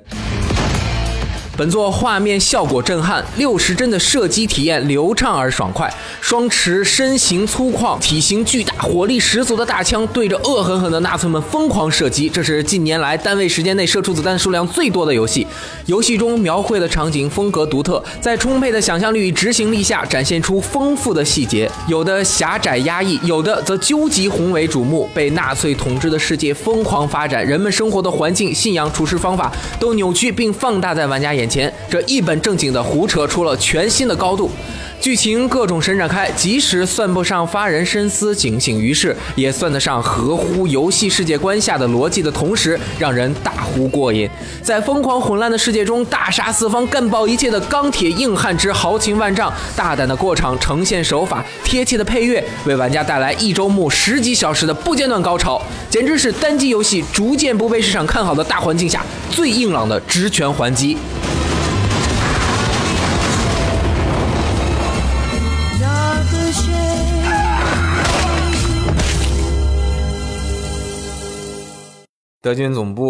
本作画面效果震撼，六十帧的射击体验流畅而爽快。双持身形粗犷、体型巨大、火力十足的大枪，对着恶狠狠的纳粹们疯狂射击。这是近年来单位时间内射出子弹数量最多的游戏。游戏中描绘的场景风格独特，在充沛的想象力与执行力下，展现出丰富的细节，有的狭窄压抑，有的则究极宏伟瞩目。被纳粹统治的世界疯狂发展，人们生活的环境、信仰、处事方法都扭曲并放大在玩家眼前，这一本正经的胡扯出了全新的高度。剧情各种伸展开，即使算不上发人深思、警醒于世，也算得上合乎游戏世界观下的逻辑的同时，让人大呼过瘾。在疯狂混乱的世界中，大杀四方、干爆一切的钢铁硬汉之豪情万丈，大胆的过场、呈现手法、贴切的配乐，为玩家带来一周目十几小时的不间断高潮，简直是单机游戏逐渐不被市场看好的大环境下最硬朗的直拳还击。
那个谁，
德军总部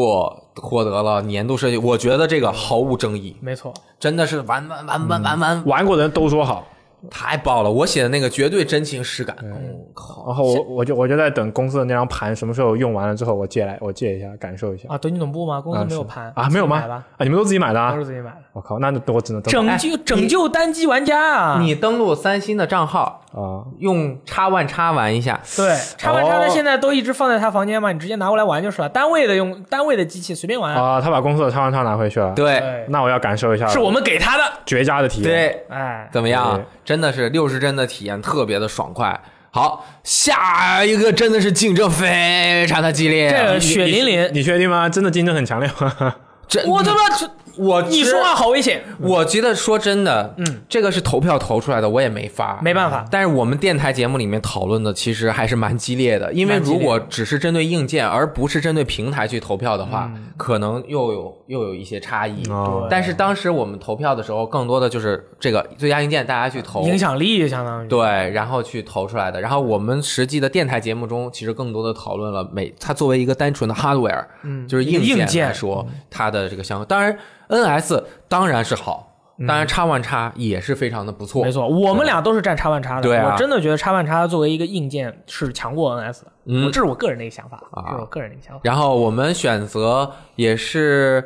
获得了年度设计，我觉得这个毫无争议，
没错，
真的是完完完完完完，
玩过的人都说好，
太爆了！我写的那个绝对真情实感，
嗯
我靠！
然后我我就我就在等公司的那张盘什么时候用完了之后，我借来我借一下，感受一下。
啊，德军总部吗？公司没有盘
啊，没有吗
自己买？吧
啊，你们都自己买的啊
都是？自己买的。
我靠，那我只能等
拯救拯救单机玩家啊！
你登录三星的账号，
啊。
用叉 One 叉玩一下，
对叉 Y 叉的
哦
现在都一直放在他房间嘛，你直接拿过来玩就是了。单位的用单位的机器随便玩啊。
啊，他把公司的唱唱唱拿回去了。，
对
对，
那我要感受一下，
是我们给他的。
绝佳的体验。，
对，
哎，
怎么样
对？
真的是六十帧的体验特别的爽快。好，下一个真的是竞争非常的激烈，
这个血淋淋，
你确定吗？真的竞争很强烈吗？
这
我他妈这
我
你说啊话好危险，
我觉得说真的，嗯，这个是投票投出来的，我也没法，
没办法。
但是我们电台节目里面讨论的其实还是蛮激烈的，因为
蛮激烈
如
的
果只是针对硬件，而不是针对平台去投票的话，
嗯
可能又有又有一些差异。
哦
但是当时我们投票的时候，更多的就是这个最佳硬件，大家去投
影响力相当于。
哦对，然后去投出来的。然后我们实际的电台节目中，其实更多的讨论了每它作为一个单纯的 hardware，嗯，就是硬
硬件嗯
来说，它的这个相关。当然，NS 当然是好，当然叉万叉也是非常的不错
嗯没。错，我们俩都是站叉万叉的。
对啊
我真的觉得叉万叉作为一个硬件是强过 NS 的。
嗯
我这是我个人的一个想法，
啊
这是我个人的一个想法。
然后我们选择也是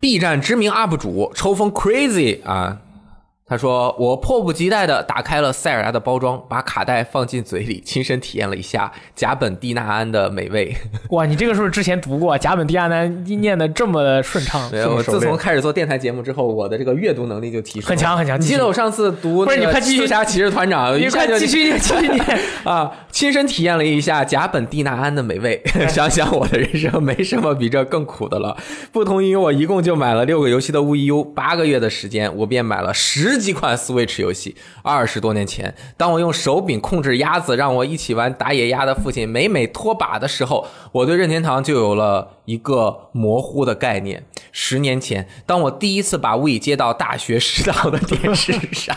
B 站知名 UP 主抽风 Crazy 啊。他说：“我迫不及待地打开了塞尔达的包装，把卡带放进嘴里，亲身体验了一下甲苯地那胺的美味。
哇，你这个是不是之前读过甲苯地亚胺念的这么的顺 畅？
对，我
手
自从
链
开始做电台节目之后，我的这个阅读能力就提升了
很强很强
你记
继续
得我上次读
不是
那
你
个
快继续
刺杀骑士团长，
你
一下
快
就
继续 念，继续念。
啊，亲身体验了一下甲苯地那胺的美味。 想想我的人生没什么比这更苦的了。不同于我一共就买了六个游戏的 VU，八个月的时间，我便买了十几款 Switch 游戏。二十多年前，当我用手柄控制鸭子让我一起玩打野鸭的父亲每每拖把的时候，我对任天堂就有了一个模糊的概念。十年前，当我第一次把 We 接到大学食堂的电视上，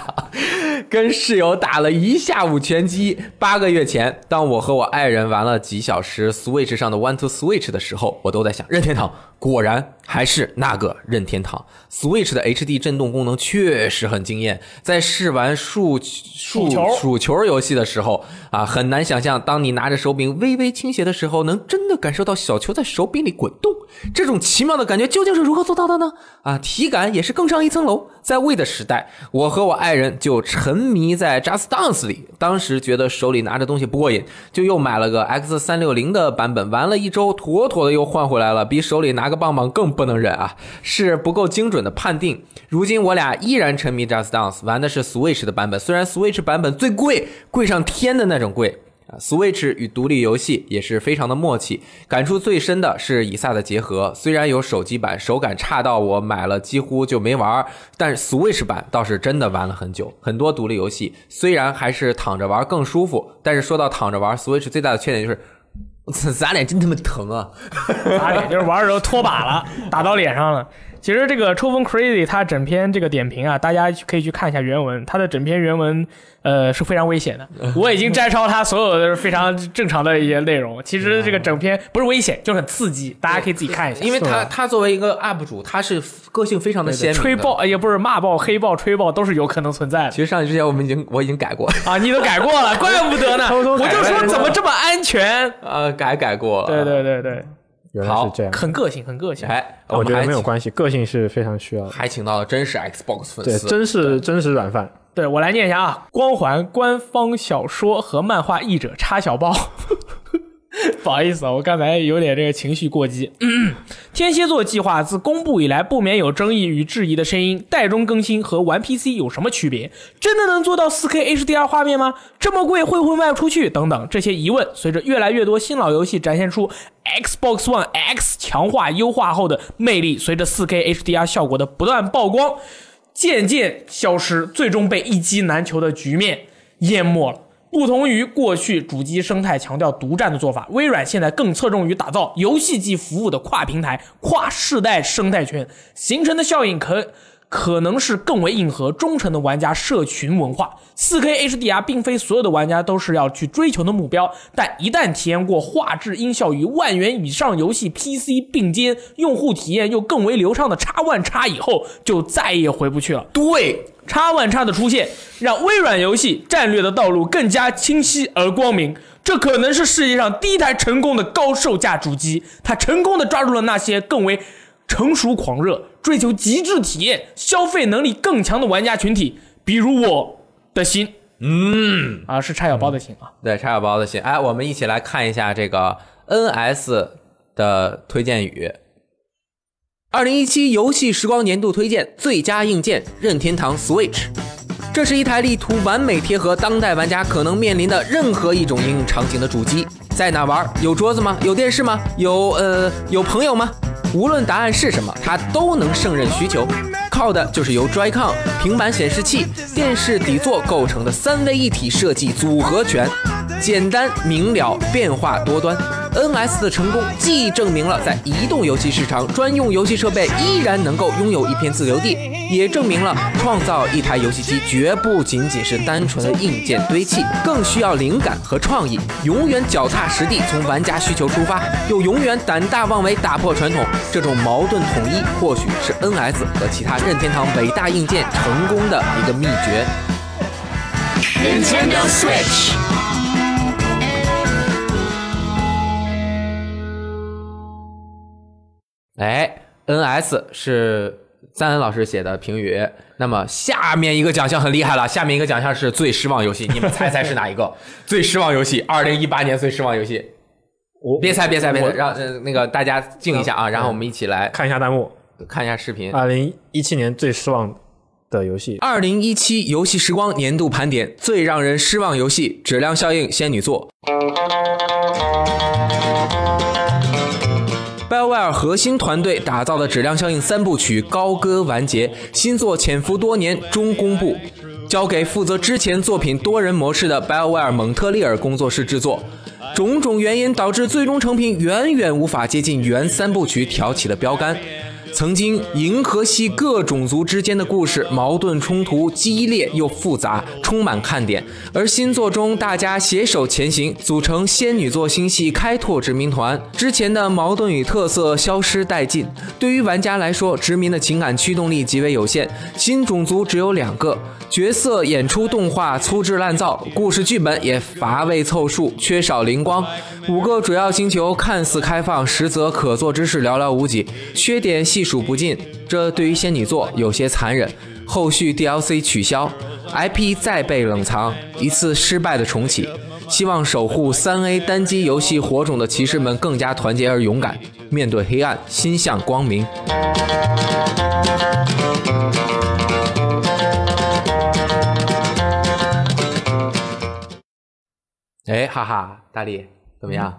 跟室友打了一下午拳击。八个月前，当我和我爱人玩了几小时 Switch 上的 One to Switch 的时候，我都在想，任天堂果然还是那个任天堂。Switch 的 HD 震动功能确实很惊艳，在试玩数数
数球
数球游戏的时候啊，很难想象，当你拿着手柄微微倾斜的时候，能真的感受到小球在手柄里滚动，这种奇妙的感觉究竟是如何做到的呢？啊，体感也是更上一层楼。在 w 的时代，我和我爱人就沉迷在 Just Dance 里，当时觉得手里拿着东西不过瘾，就又买了个 X 三六零的版本，玩了一周，妥妥的又换回来了，比手里拿个棒棒更不能忍啊，是不够精准的判定。如今我俩依然沉迷 Just Dance，玩的是 Switch 的版本，虽然 Switch 版本最贵，贵上天的那种贵。啊 Switch 与独立游戏也是非常的默契，感触最深的是以撒的结合。虽然有手机版，手感差到我买了几乎就没玩儿，但是 Switch 版倒是真的玩了很久。很多独立游戏虽然还是躺着玩更舒服，但是说到躺着玩，Switch 最大的缺点就是， 咱脸真他妈疼啊！
打脸，就是玩的时候拖把了，打到脸上了。其实这个抽风 crazy 它整篇这个点评啊，大家可以去看一下原文，它的整篇原文呃是非常危险 的。我已经摘抄它所有的非常正常的一些内容。其实这个整篇不是危险，就是很刺激，大家可以自己看一下。
因为他他作为一个 UP 主，他是个性非常的鲜明的
吹爆，也不是骂爆、黑爆、吹爆都是有可能存在的
其实上去之前，我们已经我已经改过，
啊！你都改过了，怪不得呢。
偷偷
我
改
就说怎么这么安全？嗯
呃，改改过了。
对对对对，
原来是这样。
很个性，很个性。
哎，
啊我觉
们
得
还
没有
请
关系，个性是非常需要的。
还请到了真实 Xbox 粉
对，
丝，
真是真实软饭。
对我来念一下啊，《光环》官方小说和漫画译者插小包。 不好意思啊，我刚才有点这个情绪过激。天蝎座计划自公布以来，不免有争议与质疑的声音。代中更新和玩 PC 有什么区别？真的能做到 4K HDR 画面吗？这么贵会不会卖不出去？等等这些疑问，随着越来越多新老游戏展现出 Xbox One X 强化优化后的魅力，随着 4K HDR 效果的不断曝光，渐渐消失，最终被一击难求的局面淹没了。不同于过去主机生态强调独占的做法，微软现在更侧重于打造游戏及服务的跨平台、跨世代生态圈，形成的效应可可能是更为硬核、忠诚的玩家社群文化。4K HDR 并非所有的玩家都是要去追求的目标，但一旦体验过画质、音效与万元以上游戏 PC 并肩，用户体验又更为流畅的 X One X 以后，就再也回不去了。
对，
叉万叉的出现，让微软游戏战略的道路更加清晰而光明。这可能是世界上第一台成功的高售价主机，它成功的抓住了那些更为成熟、狂热、追求极致体验、消费能力更强的玩家群体，比如我的心。嗯，啊，是叉小包的心啊。
对，叉小包的心。哎，我们一起来看一下这个 NS 的推荐语。二零一七游戏时光年度推荐最佳硬件：任天堂 Switch。这是一台力图完美贴合当代玩家可能面临的任何一种应用场景的主机。在哪玩？有桌子吗？有电视吗？有呃有朋友吗？无论答案是什么，它都能胜任需求。靠的就是由 Joy-Con、平板显示器、电视底座构成的三位一体设计组合拳，简单明了，变化多端。NS 的成功既证明了在移动游戏市场，专用游戏设备依然能够拥有一片自留地，也证明了创造一台游戏机绝不仅仅是单纯的硬件堆砌，更需要灵感和创意，永远脚踏实地，从玩家需求出发，又永远胆大妄为，打破传统。这种矛盾统一，或许是 NS 和其他任天堂伟大硬件成功的一个秘诀。
Nintendo Switch.
哎，NS 是赞恩老师写的评语。那么下面一个奖项很厉害了，下面一个奖项是最失望游戏，你们猜猜是哪一个？最失望游戏，二零一八年最失望游戏。
我
别猜，别猜，别猜，
我
让呃那个大家静一下啊，然后我们一起来
看一下弹幕，
看一下视频。
二零一七年最失望的游戏，
二零一七游戏时光年度盘点，最让人失望游戏《质量效应：仙女座》。BioWare 核心团队打造的《质量效应》三部曲高歌完结，新作潜伏多年终公布，交给负责之前作品多人模式的 BioWare 蒙特利尔工作室制作。种种原因导致最终成品远远无法接近原三部曲挑起的标杆。曾经银河系各种族之间的故事矛盾冲突激烈又复杂，充满看点。而新作中，大家携手前行，组成仙女座星系开拓殖民团，之前的矛盾与特色消失殆尽。对于玩家来说，殖民的情感驱动力极为有限，新种族只有两个，角色演出动画粗制滥造，故事剧本也乏味凑数，缺少灵光。五个主要星球看似开放，实则可做之事寥寥无几，缺点细数不尽。这对于仙女座有些残忍。后续 DLC 取消，IP 再被冷藏，一次失败的重启。希望守护三 A 单机游戏火种的骑士们更加团结而勇敢，面对黑暗，心向光明。哎，哈哈，大力怎么样？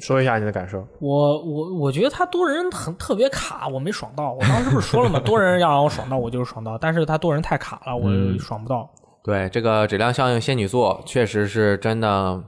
说一下你的感受。
我我我觉得他多人很特别卡，我没爽到。我当时不是说了吗？多人要让我爽到，我就是爽到。但是他多人太卡了，我爽不到。
对这个质量效应仙女座，确实是真的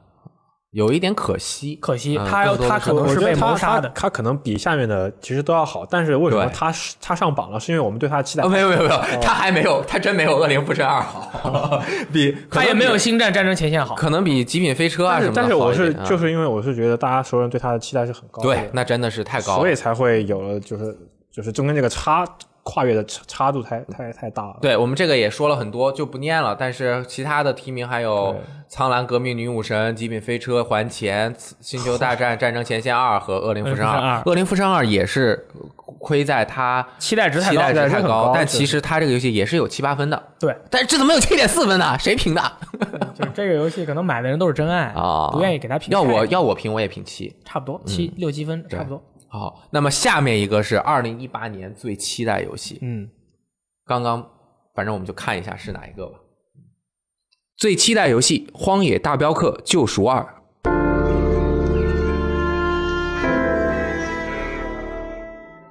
有一点可惜。
可惜
嗯
他要
更多的
他可能
我
是
觉得
被
他
谋杀的
他他可能比下面的其实都要好，但是为什么
对
他是他上榜了？是因为我们对他的期待
哦，。没有没有没有，他还没有，他真没有《恶灵附身二》好， 比
他也没有，星战战争前线好。
可能比《极品飞车》啊
但
什
是
么的
但是
好
我
一
是
点啊
就是因为我是觉得大家所有人对他的期待是很高的，
对，那真的是太高
所以
了。
才会有了就是就是中间这个差跨越的差差度太太太大了。
对我们这个也说了很多，就不念了。但是其他的提名还有《苍蓝革命女武神》《极品飞车》《还钱》《星球大战：战争前线二》和《恶灵附身二》。
恶灵附身二
恶灵附身二》也是亏在它
期待值太
期
高
待，值太
很高
但
对
其实它这个游戏也是有七八分的。
对，
但是这怎么有七点四分呢？谁评的啊？
就是这个游戏可能买的人都是真爱，不愿意给他评价。
要我要我评我也评七。
差不多七六七分，差不多。
好，那么下面一个是二零一八年最期待游戏，
嗯，
刚刚反正我们就看一下是哪一个吧。最期待游戏《荒野大镖客：救赎二》。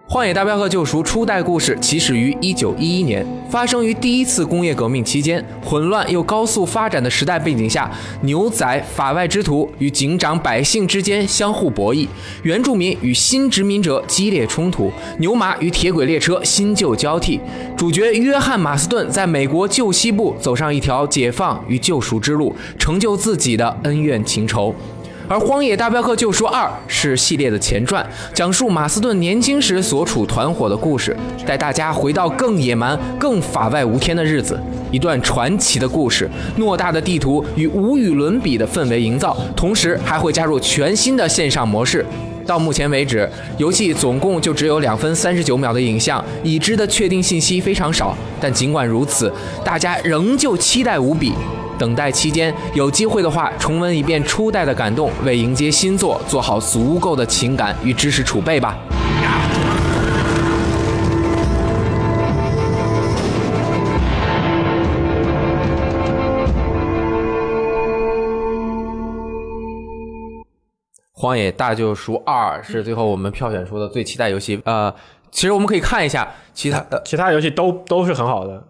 《荒野大镖客：救赎》初代故事起始于1911年，发生于第一次工业革命期间，混乱又高速发展的时代背景下，牛仔、法外之徒与警长、百姓之间相互博弈，原住民与新殖民者激烈冲突，牛马与铁轨列车新旧交替。主角约翰·马斯顿在美国旧西部走上一条解放与救赎之路，成就自己的恩怨情仇。而《荒野大镖客：救赎二》是系列的前传，讲述马斯顿年轻时所处团伙的故事，带大家回到更野蛮、更法外无天的日子。一段传奇的故事，偌大的地图与无与伦比的氛围营造，同时还会加入全新的线上模式。到目前为止，游戏总共就只有两分三十九秒的影像，已知的确定信息非常少。但尽管如此，大家仍旧期待无比。等待期间，有机会的话，重温一遍初代的感动，为迎接新作做好足够的情感与知识储备吧。《 《荒野大救赎二》是最后我们票选出的最期待游戏。呃，其实我们可以看一下其他呃的，
其他游戏都都是很好的，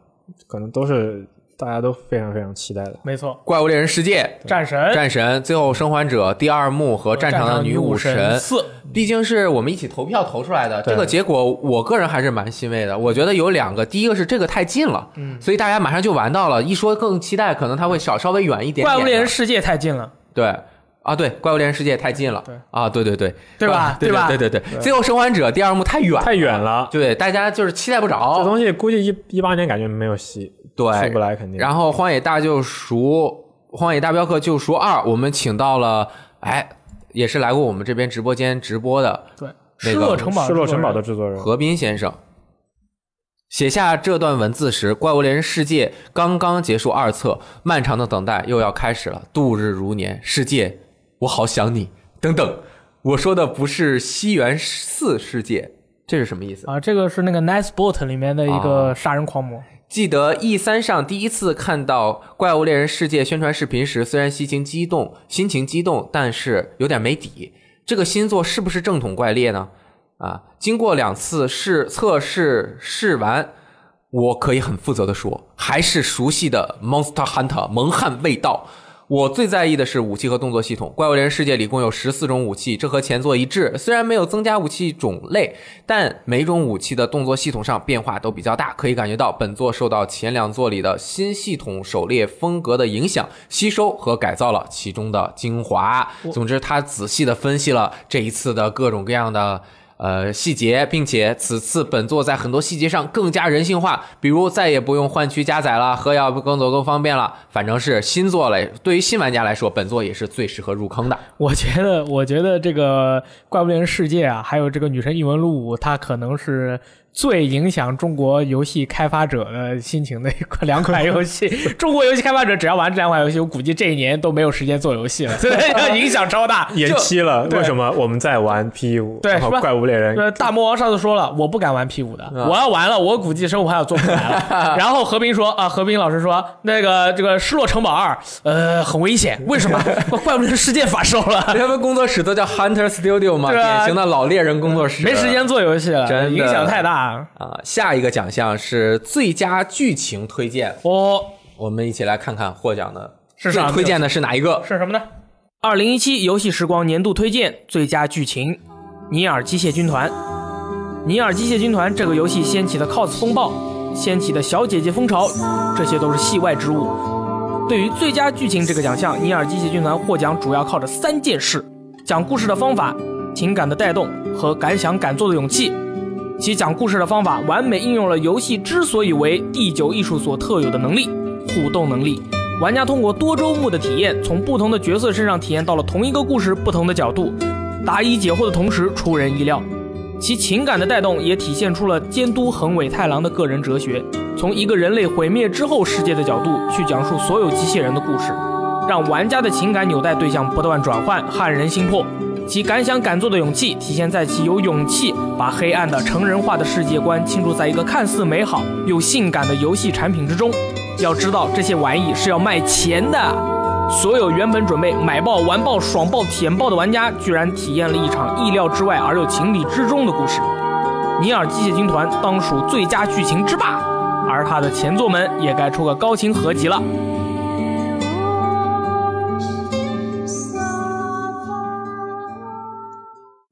可能都是大家都非常非常期待的。
没错，
《怪物猎人世界》
战神、
《战神》《最后生还者》第二幕和《战场的女武神》
四，
毕竟是我们一起投票投出来的，
对
这个结果我个人还是蛮欣慰的。我觉得有两个，第一个是这个太近了，
嗯
所以大家马上就玩到了，一说更期待，可能它会少稍微远一点点的。
怪物猎人世界太近了，
对啊，对，怪物猎人世界太近了，
对
啊，对对对，
对吧
对
对吧
对对对，最后生还者第二幕太远，
太远了，
对，大家就是期待不
这
着，
东西估计一一八年感觉没有戏，出
哦对
不。来肯定。
然后《荒野大救赎》《荒野大镖客救赎二》，我们请到了，哎，也是来过我们这边直播间直播的
对，
那
失
个
落城堡，
失落城堡的制作人，
何斌先生写下这段文字时，《怪物猎人世界》刚刚结束二册，漫长的等待又要开始了，度日如年。世界，我好想你。等等，我说的不是西元四世界，这是什么意思？
啊，这个是那个 Nice Bot 里面的一
啊
个杀人狂魔，
记得 E 三上第一次看到《怪物猎人世界》宣传视频时，虽然心情激动，心情激动，但是有点没底。这个新作是不是正统怪猎呢？啊，经过两次试测试试完，我可以很负责的说，还是熟悉的 Monster Hunter 蒙汉味道。我最在意的是武器和动作系统。《怪物猎人世界》里共有十四种武器，这和前作一致。虽然没有增加武器种类，但每种武器的动作系统上变化都比较大，可以感觉到本作受到前两作里的新系统狩猎风格的影响，吸收和改造了其中的精华。总之，他仔细的分析了这一次的各种各样的。呃，细节，并且此次本作在很多细节上更加人性化，比如再也不用换区加载了，喝药更走更方便了。反正是新作嘞，对于新玩家来说，本作也是最适合 入坑的。
我觉得，我觉得这个《怪物猎人世界》啊，还有这个《女神异闻录五》，它可能是最影响中国游戏开发者的心情的一款两款游戏。中国游戏开发者只要玩这两款游戏，我估计这一年都没有时间做游戏了，所 以影响超大。
延期了，
对
为什么我们在玩 P 五？
对
然后
是吧
怪物猎人啊
呃，大魔王上次说了，我不敢玩 P 五的，我要玩了，我估计生活还要做不来了。 然后何冰说啊，何冰老师说，那个这个《失落城堡二》呃很危险，为什么？怪物猎人世界发售了，
他们工作室都叫 Hunter Studio 嘛，
对啊
典型的老猎人工作室，
没时间做游戏
真
了，
的
影响太大了。
啊、下一个奖项是最佳剧情推荐，
哦，
我们一起来看看获奖的
是啊
最
啥
推荐的是哪一个？
是什么呢？二零一七游戏时光年度推荐最佳剧情《尼尔：机械军团》。《尼尔：机械军团》这个游戏掀起的 cos 风暴，掀起的小姐姐风潮，这些都是戏外之物。对于最佳剧情这个奖项，《尼尔：机械军团》获奖主要靠着三件事：讲故事的方法、情感的带动和敢想敢做的勇气。其讲故事的方法完美应用了游戏之所以为第九艺术所特有的能力——互动能力。玩家通过多周目的体验，从不同的角色身上体验到了同一个故事不同的角度，答疑解惑的同时出人意料。其情感的带动也体现出了监督横尾太郎的个人哲学，从一个人类毁灭之后世界的角度去讲述所有机械人的故事，让玩家的情感纽带对象不断转换，撼人心魄。其敢想敢做的勇气体现在其有勇气把黑暗的成人化的世界观倾注在一个看似美好又性感的游戏产品之中。要知道，这些玩意是要卖钱的。所有原本准备买爆、玩爆、爽爆、舔爆的玩家，居然体验了一场意料之外而又情理之中的故事。《尼尔：机械军团》当属最佳剧情之霸，而它的前作们也该出个高清合集了。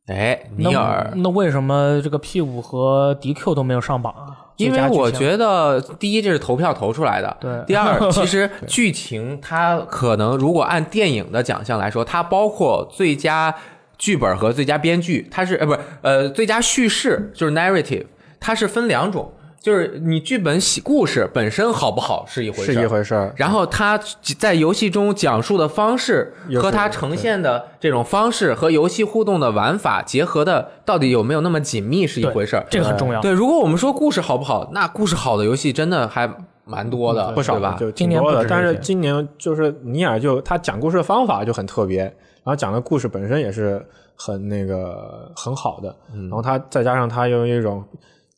哎，尼尔，
那为什么这个 P 五和 DQ 都没有上榜啊？
因为我觉得，第一这是投票投出来的，
对
第 二，其实剧情它可能如果按电影的奖项来说，它包括最佳剧本和最佳编剧，它是呃不是呃最佳叙事就是 narrative，它是分两种，就是你剧本写故事本身好不好是一回事，
是一回事儿。
然后他在游戏中讲述的方式
又是
和他呈现的这种方式和游戏互动的玩法结合的到底有没有那么紧密是一回事儿。
这个很重
啊
要。
对，如果我们说故事好不好，那故事好的游戏真的还蛮多的，
嗯不少
对吧？
就
今
挺
年
多
不
的。
止
但
这
是
些
今年就是尼尔就他讲故事的方法就很特别，然后讲的故事本身也是很那个很好的，然后他再加上他用一种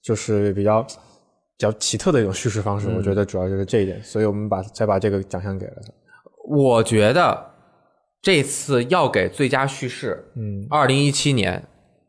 就是比较。比较奇特的一种叙事方式，我觉得主要就是这一点，所以我们把再把这个奖项给了他。
我觉得这次要给最佳叙事，
嗯，
二零一七年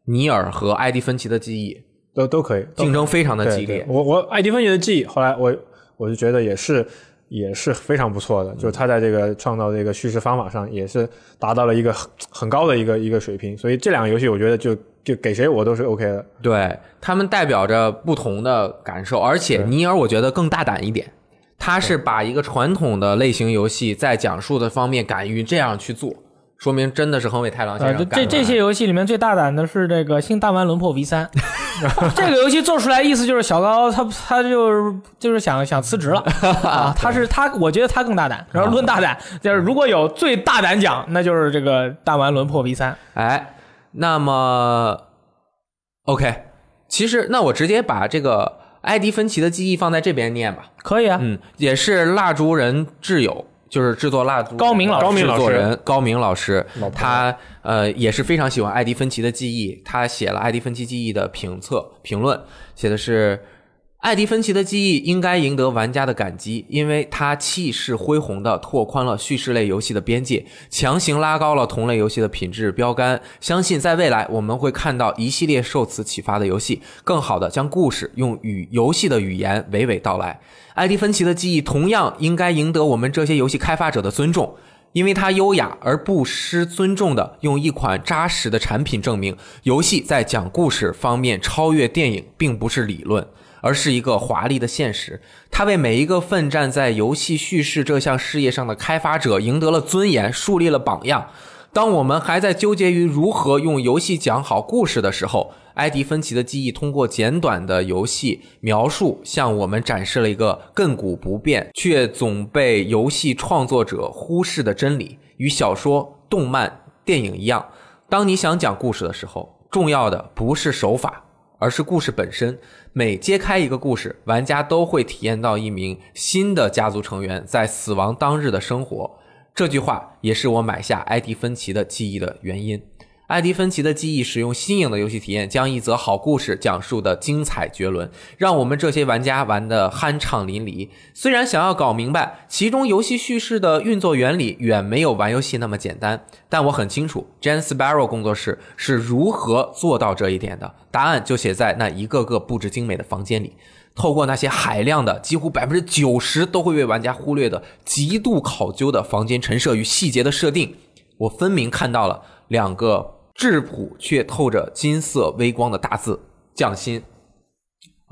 尼尔和艾迪芬奇的记忆
都都可以，都
竞争非常的
对
激
对
烈。
我我艾迪芬奇的记忆，后来我我就觉得也是也是非常不错的，
嗯
就是他在这个创造这个叙事方法上也是达到了一个很很高的一个一个水平，所以这两个游戏我觉得就就给谁我都是 OK 的。
对他们代表着不同的感受，而且尼尔我觉得更大胆一点，他是把一个传统的类型游戏在讲述的方面敢于这样去做，说明真的是横尾太郎先
呃，
啊
生
这
干
这
得
这些游戏里面最大胆的是这个《新弹丸轮破 V 三》， 这个游戏做出来意思就是小高他他就是就是想想辞 职了啊，他是他，我觉得他更大胆。然后论大胆，就是如果有最大胆奖，那就是这个《弹丸轮破 V 三》。
哎，那么 OK，其实那我直接把这个埃迪芬奇的记忆放在这边念吧。
可以啊，
嗯，也是蜡烛人挚友，就是制作蜡烛
高明老师
高明老
制
师
作人高明老师，
老朋友
他呃也是非常喜欢艾迪芬奇的记忆，他写了艾迪芬奇记忆的评测评论，写的是。艾迪芬奇的记忆应该赢得玩家的感激，因为他气势恢宏地拓宽了叙事类游戏的边界，强行拉高了同类游戏的品质标杆。相信在未来，我们会看到一系列受此启发的游戏，更好地将故事用与游戏的语言娓娓道来。艾迪芬奇的记忆同样应该赢得我们这些游戏开发者的尊重。因为它优雅而不失尊重的用一款扎实的产品证明，游戏在讲故事方面超越电影，并不是理论，而是一个华丽的现实。它为每一个奋战在游戏叙事这项事业上的开发者赢得了尊严，树立了榜样。当我们还在纠结于如何用游戏讲好故事的时候，埃迪芬奇的记忆通过简短的游戏描述，向我们展示了一个亘古不变却总被游戏创作者忽视的真理。与小说、动漫、电影一样，当你想讲故事的时候，重要的不是手法，而是故事本身。每揭开一个故事，玩家都会体验到一名新的家族成员在死亡当日的生活。这句话也是我买下埃迪芬奇的记忆的原因。埃迪芬奇的记忆使用新颖的游戏体验，将一则好故事讲述的精彩绝伦，让我们这些玩家玩得酣畅淋漓。虽然想要搞明白其中游戏叙事的运作原理，远没有玩游戏那么简单，但我很清楚 Jan Sparrow 工作室是如何做到这一点的。答案就写在那一个个布置精美的房间里。透过那些海量的、几乎百分之九十都会被玩家忽略的、极度考究的房间陈设与细节的设定，我分明看到了两个质朴却透着金色微光的大字“匠心”。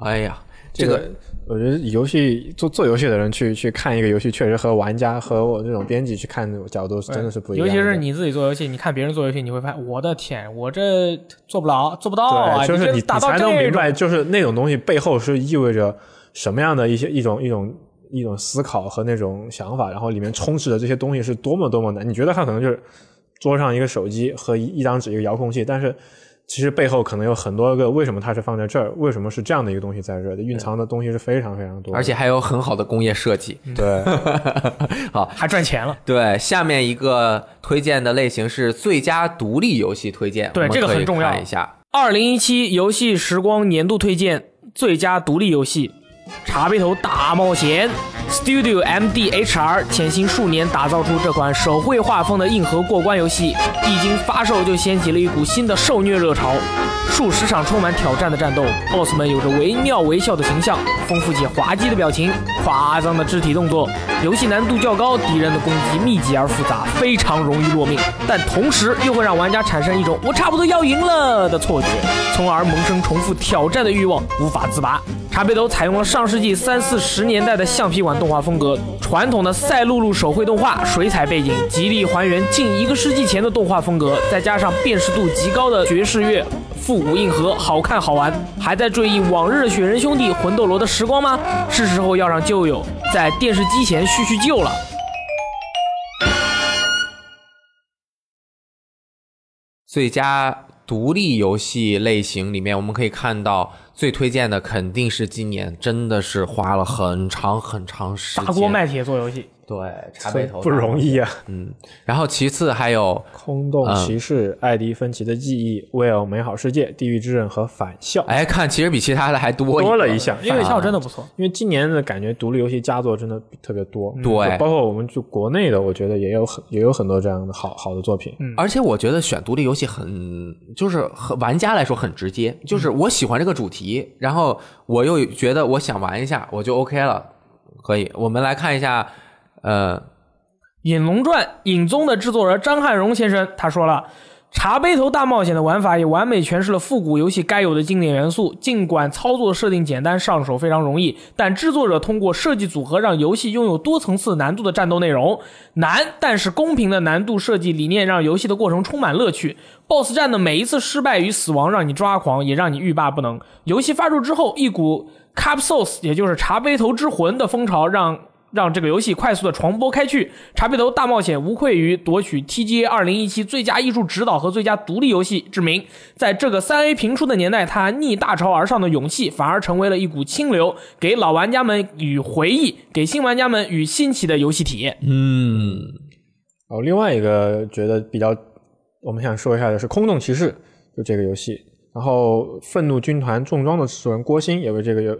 哎呀，这个
我觉得游戏做做游戏的人去去看一个游戏，确实和玩家和我这种编辑去看的角度是真的是不一样
尤
的。
其是你自己做游戏，你看别人做游戏，你会发现，我的天，我这做不了，做不到啊！
对，就是
这
你
打
你
到
才能
这
明白，
种，
就是那种东西背后是意味着什么样的一些一种一种一种思考和那种想法，然后里面充斥的这些东西是多么多么难。你觉得它可能就是桌上一个手机和一一张纸一个遥控器，但是。其实背后可能有很多个为什么它是放在这儿，为什么是这样的一个东西在这儿的，蕴藏的东西是非常非常多的。
而且还有很好的工业设计。
嗯
对，
还赚钱了。
对，下面一个推荐的类型是最佳独立游戏推荐，
对
我们
这个
可以
很重要
看一下
二零一七游戏时光年度推荐最佳独立游戏《茶杯头大冒险》。Studio MDHR 潜心数年打造出这款手绘画风的硬核过关游戏，一经发售就掀起了一股新的受虐热潮。数十场充满挑战的战斗，BOSS 们有着惟妙惟肖的形象，丰富且滑稽的表情，夸张的肢体动作。游戏难度较高，敌人的攻击密集而复杂，非常容易落命，但同时又会让玩家产生一种“我差不多要赢了”的错觉，从而萌生重复挑战的欲望，无法自拔。茶杯头采用了上世纪三四十年代的橡皮管动画风格，传统的赛璐璐手绘动画、水彩背景，极力还原近一个世纪前的动画风格，再加上辨识度极高的爵士乐，复古硬核，好看好玩。还在追忆往日雪人兄弟、魂斗罗的时光吗？是时候要让旧友在电视机前叙叙旧了。
最佳独立游戏类型里面，我们可以看到最推荐的肯定是今年真的是花了很长很长时
砸
间
锅卖铁做游戏，
对，茶杯头嗯
不容。易啊。
然后其次还有
空洞骑士、艾迪芬奇的记忆、威尔美好世界、地狱之刃和返校。
哎，看其实比其他的还多
多了
一
一
个
项，因
因
为
为效真的不错，
因为今年的感觉独立游戏佳作真的特别多，
对
包括我们就国内的，我觉得也有很也有很多这样的好好的作品。
而且我觉得选独立游戏很，就是很玩家来说很直接，就是
嗯
我喜欢这个主题，然后我又觉得我想玩一下，我就 OK 了，可以。我们来看一下，呃，
《引龙传》影宗的制作人张汉荣先生他说了。茶杯头大冒险的玩法也完美诠释了复古游戏该有的经典元素。尽管操作设定简单，上手非常容易，但制作者通过设计组合让游戏拥有多层次难度的战斗内容。难，但是公平的难度设计理念让游戏的过程充满乐趣。BOSS 战的每一次失败与死亡让你抓狂，也让你欲罢不能。游戏发售之后，一股 Cup Souls，也就是茶杯头之魂的风潮让让这个游戏快速的传播开去。《茶杯头大冒险》无愧于夺取 TGA 2017最佳艺术指导和最佳独立游戏之名。在这个三 A 频出的年代，它逆大潮而上的勇气，反而成为了一股清流，给老玩家们与回忆，给新玩家们与新奇的游戏体验。
嗯，
然后哦另外一个觉得比较我们想说一下的是《空洞骑士》，就这个游戏。然后《愤怒军团：重装》的制作人郭鑫也为这个游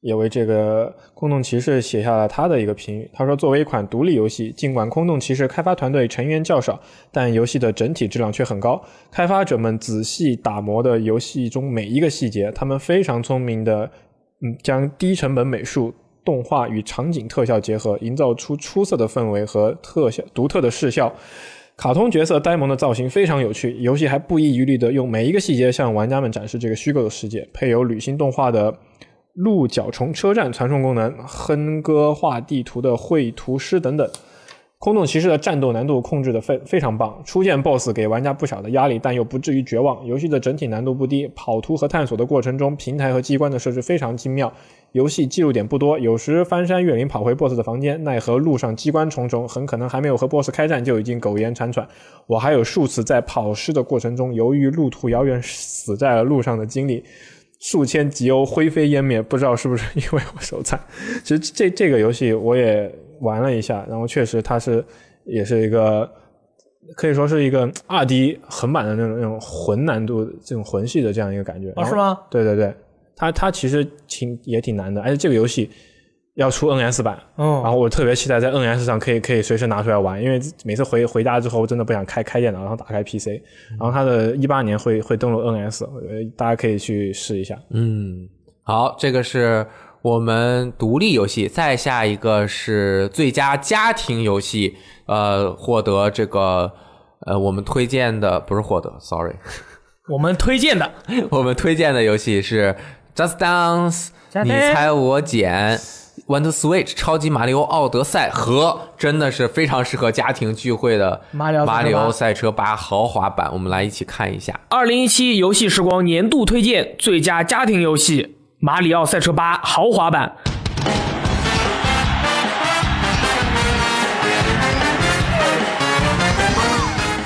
也为这个《空洞骑士》写下了他的一个评语。他说：“作为一款独立游戏，尽管《空洞骑士》开发团队成员较少，但游戏的整体质量却很高。开发者们仔细打磨的游戏中每一个细节，他们非常聪明的，嗯，将低成本美术、动画与场景特效结合，营造出出色的氛围和特效独特的视效。”卡通角色呆萌的造型非常有趣，游戏还不遗余力地用每一个细节向玩家们展示这个虚构的世界，配有旅行动画的鹿角虫车站传送功能、哼歌画地图的绘图师等等。空洞骑士的战斗难度控制的非非常棒，出现 BOSS 给玩家不小的压力，但又不至于绝望。游戏的整体难度不低，跑图和探索的过程中，平台和机关的设置非常精妙。游戏记录点不多，有时翻山越岭跑回 BOSS 的房间，奈何路上机关重重，很可能还没有和 BOSS 开战就已经苟延残喘。我还有数次在跑尸的过程中，由于路途遥远，死在了路上的经历。数千级欧灰飞烟灭，不知道是不是因为我手残。其实这这个游戏我也玩了一下，然后确实它是也是一个可以说是一个二 D 横版的那种那种魂难度、这种魂系的这样一个感觉。
哦，是？吗？
对对对，它它其实挺也挺难的，而且这个游戏要出 NS 版，
嗯
然后我特别期待在 NS 上可以可以随时拿出来玩，因为每次回回家之后真的不想开开电脑，然后打开 PC，然后它的一八年会会登录 NS，我觉得大家可以去试一下。
嗯，好，这个是我们独立游戏，再下一个是最佳家庭游戏，呃，获得这个呃我们推荐的不是获得，sorry，
我们推荐的
我们推荐的游戏是 Just Dance，
加
你
油
猜我捡。One to Switch 超级马里奥奥德赛和真的是非常适合家庭聚会的
马里奥赛车
马里
八
奥赛车八豪华版，我们来一起看一下。
二零一七游戏时光年度推荐最佳家庭游戏《马里奥赛车八豪华版》。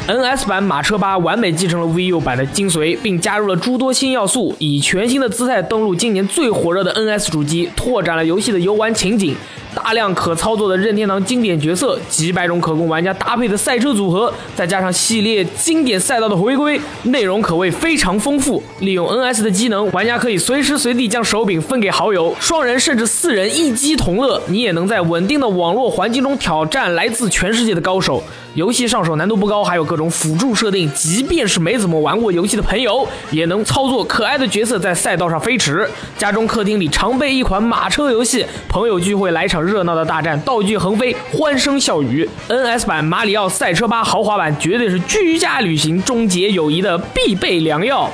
NS 版马车吧完美继承了 VU 版的精髓，并加入了诸多新要素，以全新的姿态登陆今年最火热的 NS 主机，拓展了游戏的游玩情景。大量可操作的任天堂经典角色，几百种可供玩家搭配的赛车组合，再加上系列经典赛道的回归，内容可谓非常丰富。利用 NS 的机能，玩家可以随时随地将手柄分给好友，双人甚至四人一机同乐。你也能在稳定的网络环境中挑战来自全世界的高手。游戏上手难度不高，还有各种辅助设定，即便是没怎么玩过游戏的朋友，也能操作可爱的角色在赛道上飞驰。家中客厅里常备一款马车游戏，朋友聚会来场热闹的大战，道具横飞，欢声笑语。NS 版《马里奥赛车八豪华版》绝对是居家旅行终结友谊的必备良药。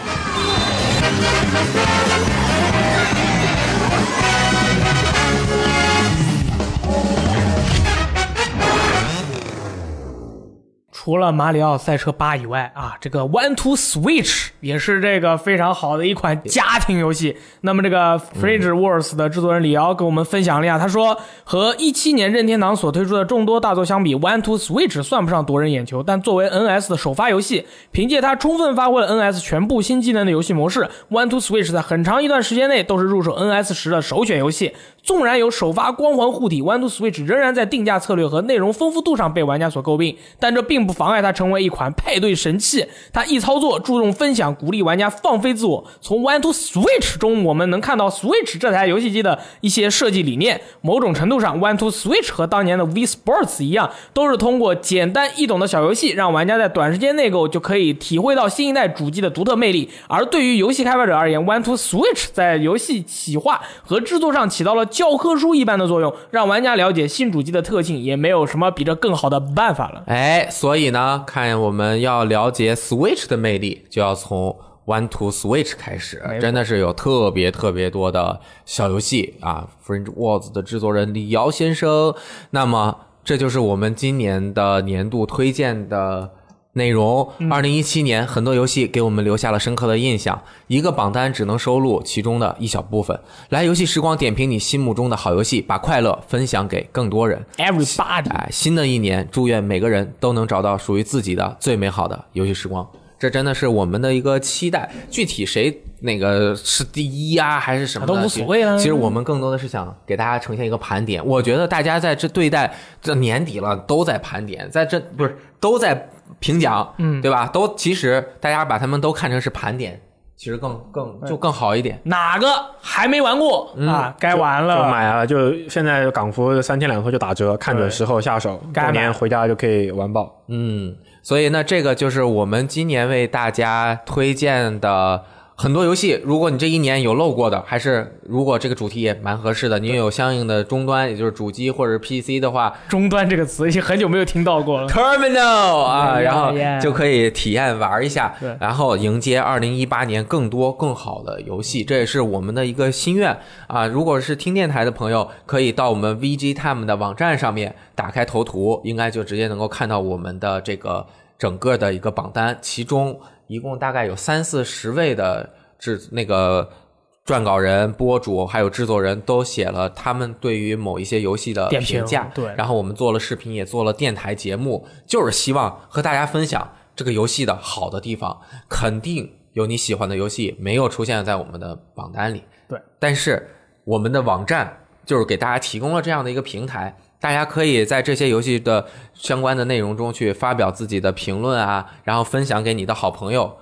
除了马里奥赛车八以外啊，这个 One to Switch 也是这个非常好的一款家庭游戏。那么这个 Fridge Wars 的制作人李敖给我们分享了一下，他说和一七年任天堂所推出的众多大作相比，One to Switch 算不上夺人眼球，但作为 NS 的首发游戏，凭借它充分发挥了 NS 全部新技能的游戏模式，One to Switch 在很长一段时间内都是入手 NS 时的首选游戏。纵然有首发光环护体，One to Switch 仍然在定价策略和内容丰富度上被玩家所诟病，但这并不妨碍它成为一款派对神器。它易操作，注重分享，鼓励玩家放飞自我。从 One to Switch 中，我们能看到 Switch 这台游戏机的一些设计理念。某种程度上，One to Switch 和当年的 V Sports 一样，都是通过简单易懂的小游戏，让玩家在短时间内购就可以体会到新一代主机的独特魅力。而对于游戏开发者而言，One to Switch 在游戏企划和制作上起到了教科书一般的作用，让玩家了解新主机的特性，也没有什么比这更好的办法了。
哎，所以呢，看我们要了解 Switch 的魅力，就要从 One to Switch 开始
没，错
真的是有特别特别多的小游戏啊。Fringe Worlds 的制作人李瑶先生，那么这就是我们今年的年度推荐的。内容，
嗯
二零一七年很多游戏给我们留下了深刻的印象，一个榜单只能收录其中的一小部分。来，游戏时光点评你心目中的好游戏，把快乐分享给更多人。
Everybody，
哎，新的一年，祝愿每个人都能找到属于自己的最美好的游戏时光。这真的是我们的一个期待。具体谁那个是第一呀、还是什么的
啊都无所谓了
其实其实我们更多的是想给大家呈现一个盘点。我觉得大家在这对待这年底了，都在盘点，在这不是都在评奖，嗯，对吧？都其实大家把他们都看成是盘点，其实更更就更好一点。
哪个还没玩过、啊？该玩
就
了。
买了，啊就现在港服三天两头就打折，看准时候下手，
该买
过年回家就可以完爆。
嗯，所以呢，这个就是我们今年为大家推荐的很多游戏。如果你这一年有漏过的，还是如果这个主题也蛮合适的，你有相应的终端，也就是主机或者 PC 的话
终端这个词已经很久没有听到过了。
，Terminal 啊，
Yeah,
然后
yeah
就可以体验玩一下
对，
然后迎接二零一八年更多更好的游戏，这也是我们的一个心愿啊。如果是听电台的朋友，可以到我们 VG Time 的网站上面打开头图，应该就直接能够看到我们的这个整个的一个榜单，其中一共大概有三四十位的制那个。撰稿人、播主还有制作人都写了他们对于某一些游戏的
点评
价，
对
然后我们做了视频，也做了电台节目，就是希望和大家分享这个游戏的好的地方。肯定有你喜欢的游戏没有出现在我们的榜单里，
对。
但是我们的网站就是给大家提供了这样的一个平台，大家可以在这些游戏的相关的内容中去发表自己的评论啊，然后分享给你的好朋友，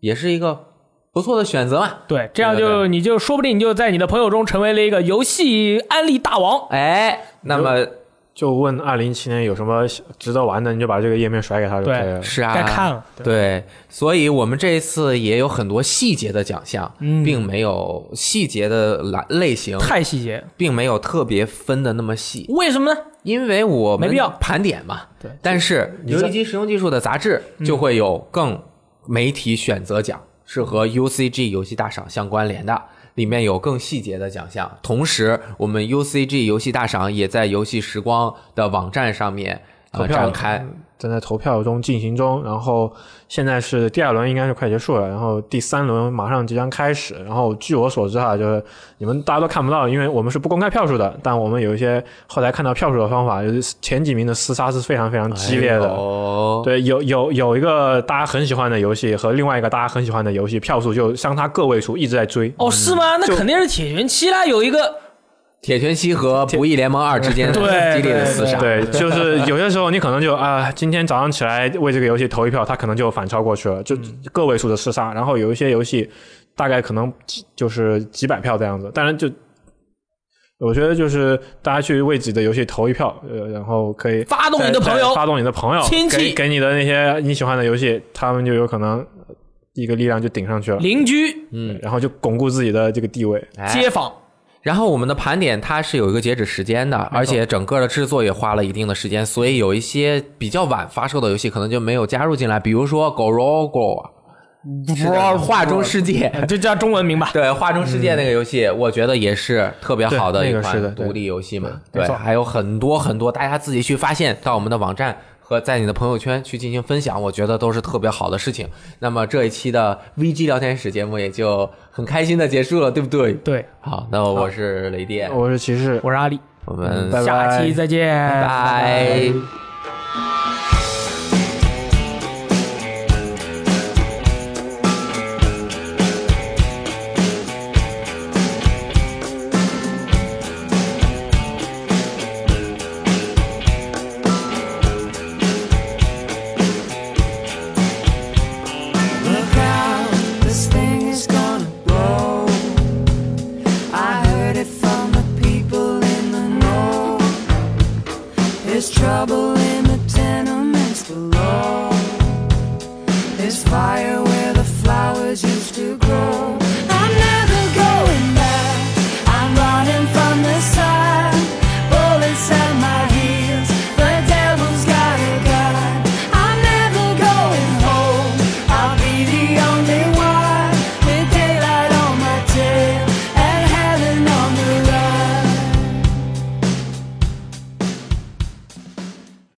也是一个不错的选择嘛。
对，这样
对对
就你就说不定你就在你的朋友中成为了一个游戏安利大王。
哎，那么
就问二零一七年有什么值得玩的，你就把这个页面甩给他就可以了。
是啊，
该看了，
对，所以我们这一次也有很多细节的奖项，并没有细节的栏类型，
嗯太细节，
并没有特别分的那么细，
为什么呢？
因为我们
没必要
盘点嘛。
对，
但是游戏机实用技术的杂志
嗯
就会有更媒体选择奖，是和 UCG 游戏大赏相关联的。里面有更细节的奖项，同时我们 UCG 游戏大赏也在游戏时光的网站上面
投
呃
票嗯
展开，
正在投票中进行中，然后现在是第二轮，应该是快结束了，然后第三轮马上即将开始。然后据我所知哈，就是你们大家都看不到，因为我们是不公开票数的，但我们有一些后来看到票数的方法，就是前几名的厮杀是非常非常激烈的。
哦，
对，有有有一个大家很喜欢的游戏和另外一个大家很喜欢的游戏，票数就相差个位数，一直在追。
哦，是吗？那
就
肯定是铁拳七啦，有一个
铁拳七和不义联盟二之间激
对
烈的厮杀，
对，就是有些时候你可能就啊、今天早上起来为这个游戏投一票，它可能就反超过去了，就
嗯
个位数的厮杀。然后有一些游戏大概可能几就是几百票这样子，当然就。我觉得就是大家去为自己的游戏投一票，呃，然后可以
发动你的
再
朋
再
友
发动你的朋友、
亲戚
给给你的那些你喜欢的游戏，他们就有可能一个力量就顶上去了，
邻居、
嗯，然后就巩固自己的这个地位。
哎
街坊，
然后我们的盘点它是有一个截止时间的，而且整个的制作也花了一定的时间，所以有一些比较晚发售的游戏可能就没有加入进来，比如说《Gorogo》《画中世界》
就叫中文名 吧。
对《画中世界》那个游戏，我觉得也是特别好的
嗯对
一
那个是的
款
对
独立游戏嘛。
没
对，
错
还有很多很多，大家自己去发现，到我们的网站。和在你的朋友圈去进行分享，我觉得都是特别好的事情。那么这一期的 VG 聊天室节目也就很开心的结束了，对不对？
对，
好，那我是雷电，
我是骑士，
我是阿里，
我们
拜拜
下期再见，
拜拜